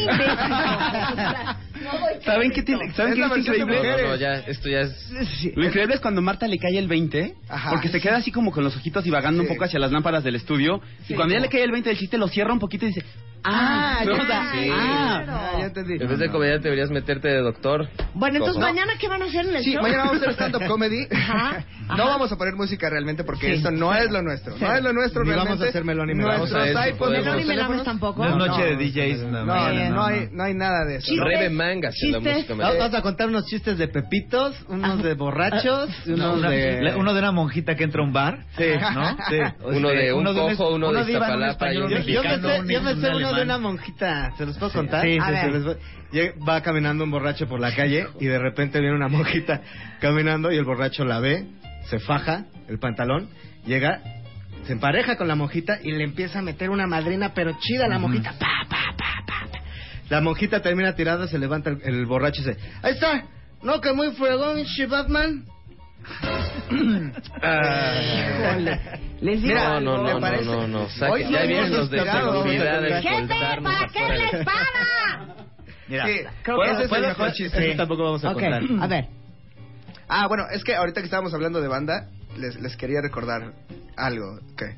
[SPEAKER 14] ¿Saben qué tiene? ¿Saben
[SPEAKER 9] Es
[SPEAKER 14] qué
[SPEAKER 9] la
[SPEAKER 14] es
[SPEAKER 9] versión de
[SPEAKER 14] increíble?
[SPEAKER 9] mujeres. No, no, ya, esto ya es
[SPEAKER 14] Lo increíble es cuando Marta le cae el 20,
[SPEAKER 9] Ajá.
[SPEAKER 14] porque se queda así como con los ojitos divagando un poco hacia las lámparas del estudio, y cuando ya le cae el 20 del chiste lo cierra un poquito y dice, ah,
[SPEAKER 2] Ah,
[SPEAKER 14] no,
[SPEAKER 2] ya,
[SPEAKER 14] o sea,
[SPEAKER 2] sí.
[SPEAKER 14] ah.
[SPEAKER 2] Claro.
[SPEAKER 7] Ya entendí.
[SPEAKER 9] En vez de comediante deberías meterte de doctor.
[SPEAKER 2] Bueno, entonces
[SPEAKER 9] Cojo.
[SPEAKER 2] mañana, ¿qué van a hacer en el
[SPEAKER 7] Sí,
[SPEAKER 2] show?
[SPEAKER 7] mañana vamos a hacer stand-up comedy.
[SPEAKER 2] Ajá,
[SPEAKER 7] No vamos a poner música realmente porque
[SPEAKER 2] Sí.
[SPEAKER 7] esto no es lo nuestro. No
[SPEAKER 2] Cero.
[SPEAKER 7] es lo nuestro
[SPEAKER 10] Ni vamos
[SPEAKER 7] realmente.
[SPEAKER 10] a hacer Melón y Melames.
[SPEAKER 7] Nuestros
[SPEAKER 10] Vamos a eso,
[SPEAKER 7] iPods,
[SPEAKER 10] podemos.
[SPEAKER 7] nuestros
[SPEAKER 2] ¿Melón y Melames
[SPEAKER 7] teléfonos.
[SPEAKER 2] tampoco?
[SPEAKER 10] Una
[SPEAKER 7] No,
[SPEAKER 10] noche
[SPEAKER 7] no.
[SPEAKER 10] de DJs.
[SPEAKER 7] No,
[SPEAKER 10] mañana,
[SPEAKER 7] no, no hay, no hay nada de eso.
[SPEAKER 2] Chistes.
[SPEAKER 9] Rebe Manga haciendo
[SPEAKER 2] Chistes.
[SPEAKER 9] música.
[SPEAKER 10] Va-
[SPEAKER 9] mexicana.
[SPEAKER 10] Eh, Vamos a contar unos chistes de pepitos, unos de borrachos, y
[SPEAKER 14] Ah. No,
[SPEAKER 10] unos
[SPEAKER 14] una-
[SPEAKER 10] de...
[SPEAKER 14] la-
[SPEAKER 10] uno de una monjita que entra a un bar.
[SPEAKER 14] Sí.
[SPEAKER 10] ¿No? Sí.
[SPEAKER 9] Uno de un
[SPEAKER 10] es-
[SPEAKER 9] cojo, uno de
[SPEAKER 10] Iván,
[SPEAKER 9] Iztapalapa y
[SPEAKER 10] español,
[SPEAKER 9] uno de
[SPEAKER 10] Yo me
[SPEAKER 9] mexicano,
[SPEAKER 10] sé,
[SPEAKER 9] un-
[SPEAKER 10] yo me
[SPEAKER 9] un
[SPEAKER 10] sé uno de
[SPEAKER 9] alemán.
[SPEAKER 10] una monjita, ¿se los puedo
[SPEAKER 14] Sí.
[SPEAKER 10] contar?
[SPEAKER 2] Sí, sí, A sí, ver. les
[SPEAKER 10] voy- Llega- Va caminando un borracho por la calle y de repente viene una monjita caminando y el borracho la ve, se faja el pantalón, llega, se empareja con la monjita y le empieza a meter una madrina pero chida a la monjita. Pa, pa, pa, pa, pa. La monjita termina tirada, se levanta el, el borracho y dice, ahí está, no que muy fregón, she Batman.
[SPEAKER 2] Híjole. Les digo
[SPEAKER 9] No, no,
[SPEAKER 2] algo.
[SPEAKER 9] Ah, no, no, no, no. Saque-
[SPEAKER 7] Hoy
[SPEAKER 9] ya
[SPEAKER 7] no
[SPEAKER 9] vienen
[SPEAKER 7] hemos
[SPEAKER 9] los de
[SPEAKER 7] esperado.
[SPEAKER 9] seguridad de
[SPEAKER 2] ¡Jefe,
[SPEAKER 9] soltarnos
[SPEAKER 2] para qué
[SPEAKER 9] afuera
[SPEAKER 2] la
[SPEAKER 9] de-
[SPEAKER 2] espada!
[SPEAKER 10] Mira,
[SPEAKER 7] Sí,
[SPEAKER 2] creo
[SPEAKER 10] ¿puedo-
[SPEAKER 2] que ese es el
[SPEAKER 10] puedo-
[SPEAKER 7] mejor chiste.
[SPEAKER 10] Eso tampoco vamos a
[SPEAKER 2] Ok,
[SPEAKER 10] contar.
[SPEAKER 2] a ver.
[SPEAKER 7] Ah, bueno, es que ahorita que estábamos hablando de banda, les, les quería recordar algo. ¿Qué?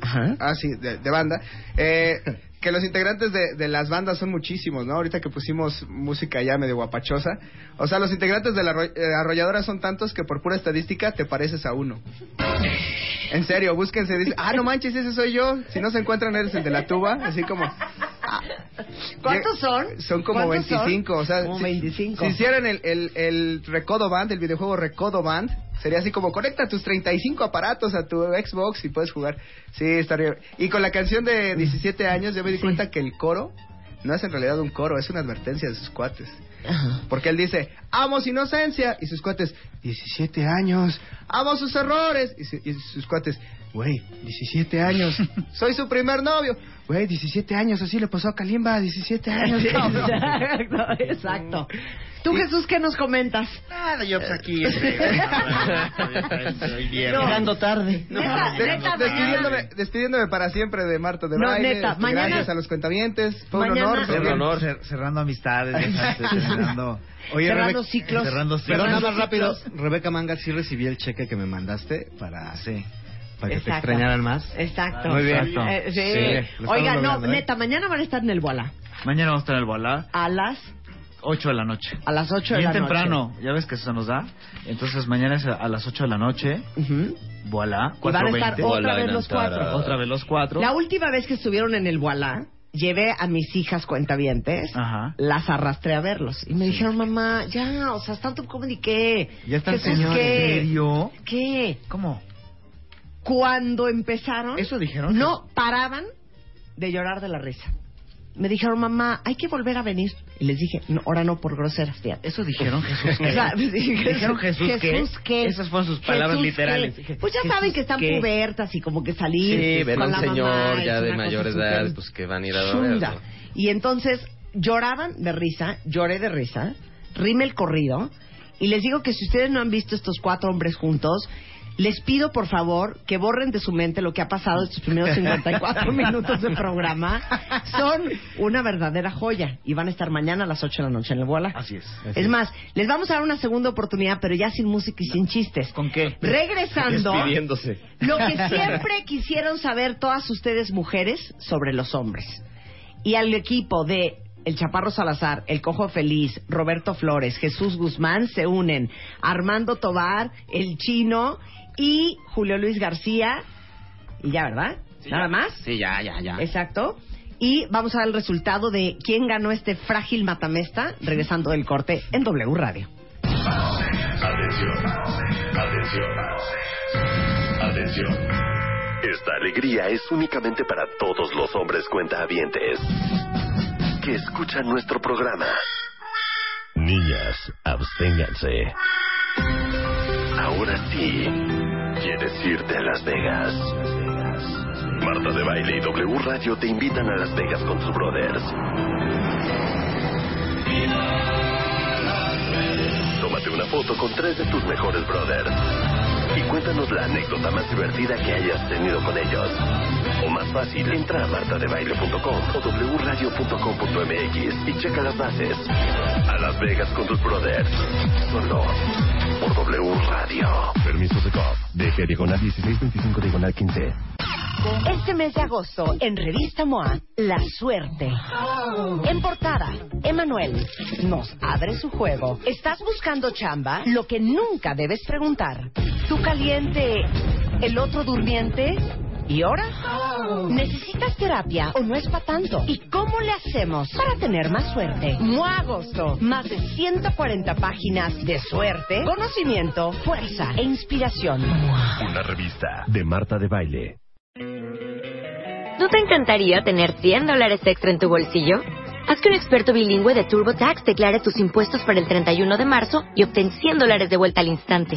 [SPEAKER 10] Ajá.
[SPEAKER 7] Ah, sí, de, de banda. Eh, que los integrantes de, de las bandas son muchísimos, ¿no? Ahorita que pusimos música ya medio guapachosa. O sea, los integrantes de la arro- eh, arrolladora son tantos que por pura estadística te pareces a uno. En serio, búsquense. Dice, ah, no manches, ese soy yo. Si no se encuentran, eres el de la tuba. Así como. ah,
[SPEAKER 2] ¿Cuántos son?
[SPEAKER 7] Son como
[SPEAKER 2] ¿Cuántos son?
[SPEAKER 7] 25. O sea,
[SPEAKER 2] Como
[SPEAKER 7] si-
[SPEAKER 2] 25.
[SPEAKER 7] si hicieran el, el, el Recodo Band, el videojuego Recodo Band, sería así como conecta tus 35 aparatos a tu Xbox y puedes jugar. Sí, estaría. Y con la canción de 17 años, yo me di cuenta que el coro no es en realidad un coro, es una advertencia de sus cuates. Porque él dice, amo su inocencia. Y sus cuates, 17 años. Amo sus errores. Y, su- y sus cuates, güey, 17 años. Soy su primer novio. Güey, 17 años. Así le pasó a Kalimba, 17 años. cabrón".
[SPEAKER 2] Exacto, exacto. Tú, Jesús, ¿qué nos comentas?
[SPEAKER 10] Nada, yo pues aquí.
[SPEAKER 2] este, Llegando tarde. Neta, Ah, neta,
[SPEAKER 7] despidiéndome, despidiéndome para siempre de Marta de
[SPEAKER 2] No,
[SPEAKER 7] Baile.
[SPEAKER 2] neta,
[SPEAKER 7] este,
[SPEAKER 2] mañana-
[SPEAKER 7] Gracias a los cuentavientes. Fue
[SPEAKER 2] Mañana-
[SPEAKER 7] un honor.
[SPEAKER 9] Un honor.
[SPEAKER 10] Cer- cerrando amistades, ya sabes, cerrando.
[SPEAKER 2] Cerrando
[SPEAKER 10] Rebe-
[SPEAKER 2] ciclos.
[SPEAKER 10] Cerrando ciclos.
[SPEAKER 2] Cerrando
[SPEAKER 10] Pero nada más rápido,
[SPEAKER 2] ciclos.
[SPEAKER 10] Rebeca Manga, sí recibí el cheque que me mandaste para, para que te
[SPEAKER 2] Exacto.
[SPEAKER 10] extrañaran más.
[SPEAKER 2] Exacto.
[SPEAKER 10] Muy bien.
[SPEAKER 2] Eh, sí.
[SPEAKER 10] Sí, lo estamos
[SPEAKER 2] Oiga, no,
[SPEAKER 10] logrando, ¿eh?
[SPEAKER 2] neta, mañana van a estar en el Bola.
[SPEAKER 10] Mañana vamos a estar en el Balá,
[SPEAKER 2] A las,
[SPEAKER 10] 8 de la noche.
[SPEAKER 2] a las 8 de
[SPEAKER 10] Bien
[SPEAKER 2] la noche.
[SPEAKER 10] temprano, ya ves que eso nos da. Entonces mañana es a las 8 de la noche.
[SPEAKER 2] Ujú.
[SPEAKER 10] Voilà,
[SPEAKER 2] Y van a estar
[SPEAKER 10] 4.20.
[SPEAKER 2] otra vez los cuatro.
[SPEAKER 10] Otra vez los cuatro.
[SPEAKER 2] La última vez que estuvieron en el Boalá, llevé a mis hijas cuentavientes,
[SPEAKER 10] Ajá.
[SPEAKER 2] las arrastré a verlos. Y me dijeron, mamá, ya, o sea, stand-up comedy, ¿qué?
[SPEAKER 10] Ya están
[SPEAKER 2] Jesús,
[SPEAKER 10] señores. ¿En
[SPEAKER 2] ¿qué?
[SPEAKER 10] serio?
[SPEAKER 2] ¿Qué?
[SPEAKER 10] ¿Cómo?
[SPEAKER 2] Cuando empezaron...
[SPEAKER 10] ¿Eso dijeron?
[SPEAKER 2] No, paraban de llorar de la risa. Me dijeron, mamá, hay que volver a venir. Y les dije, no, ahora no por groseras, fíjate.
[SPEAKER 10] ¿Eso dijeron Jesús?
[SPEAKER 2] O sea, pues,
[SPEAKER 10] ¿Dijeron Jesús, qué?
[SPEAKER 2] Jesús qué?
[SPEAKER 10] Esas fueron sus palabras
[SPEAKER 2] Jesús,
[SPEAKER 10] literales.
[SPEAKER 2] qué? Pues ya
[SPEAKER 10] Jesús,
[SPEAKER 2] saben que están
[SPEAKER 10] ¿qué?
[SPEAKER 2] pubertas y como que salir
[SPEAKER 9] Sí,
[SPEAKER 2] pues,
[SPEAKER 9] ver a
[SPEAKER 2] con
[SPEAKER 9] un
[SPEAKER 2] la
[SPEAKER 9] señor
[SPEAKER 2] mamá
[SPEAKER 9] ya
[SPEAKER 2] es
[SPEAKER 9] de
[SPEAKER 2] una
[SPEAKER 9] mayor
[SPEAKER 2] cosa
[SPEAKER 9] edad,
[SPEAKER 2] súper
[SPEAKER 9] pues que van a ir a
[SPEAKER 2] chunda.
[SPEAKER 9] ver.
[SPEAKER 2] Y entonces lloraban de risa, lloré de risa, rime el corrido. Y les digo que si ustedes no han visto estos cuatro hombres juntos, Les pido, por favor, que borren de su mente lo que ha pasado estos primeros 54 minutos de programa. Son una verdadera joya y van a estar mañana a las 8 de la noche en el Bola.
[SPEAKER 12] Así es.
[SPEAKER 2] Es Así más, es. les vamos a dar una segunda oportunidad, pero ya sin música y sin chistes.
[SPEAKER 12] ¿Con qué?
[SPEAKER 2] Regresando,
[SPEAKER 9] Despidiéndose.
[SPEAKER 2] lo que siempre quisieron saber todas ustedes mujeres sobre los hombres. Y al equipo de El Chaparro Salazar, El Cojo Feliz, Roberto Flores, Jesús Guzmán se unen, Armando Tobar, El Chino y Julio Luis García. Y ya, ¿verdad? Nada más.
[SPEAKER 14] Sí, ya, ya, ya.
[SPEAKER 2] Exacto. Y vamos a ver el resultado de quién ganó este frágil matamesta regresando del corte en W Radio.
[SPEAKER 1] Atención, atención, atención. Esta alegría es únicamente para todos los hombres cuentavientes que escuchan nuestro programa. Niñas, absténganse. Ahora sí, quieres irte a Las Vegas. Marta de Baile y W Radio te invitan a Las Vegas con sus brothers. Tómate una foto con tres de tus mejores brothers. Y cuéntanos la anécdota más divertida que hayas tenido con ellos. O más fácil, entra a martadebaile.com o wradio.com.mx y checa las bases. A Las Vegas con tus brothers. Solo por W Radio. Permiso de COP. Deje diagonal 1625 diagonal 15.
[SPEAKER 2] Este mes de agosto, en Revista MOA, La Suerte. En portada, Emanuel nos abre su juego. ¿Estás buscando chamba? Lo que nunca debes preguntar. ¿Tú caliente, el otro durmiente? ¿Y ahora? ¿Necesitas terapia o no es para tanto? ¿Y cómo le hacemos para tener más suerte? MOA Agosto, más de 140 páginas de suerte, conocimiento, fuerza e inspiración.
[SPEAKER 1] Una revista de Marta de Baile.
[SPEAKER 13] ¿No te encantaría tener 100 dólares extra en tu bolsillo? Haz que un experto bilingüe de TurboTax declare tus impuestos para el 31 de marzo y obtén 100 dólares de vuelta al instante.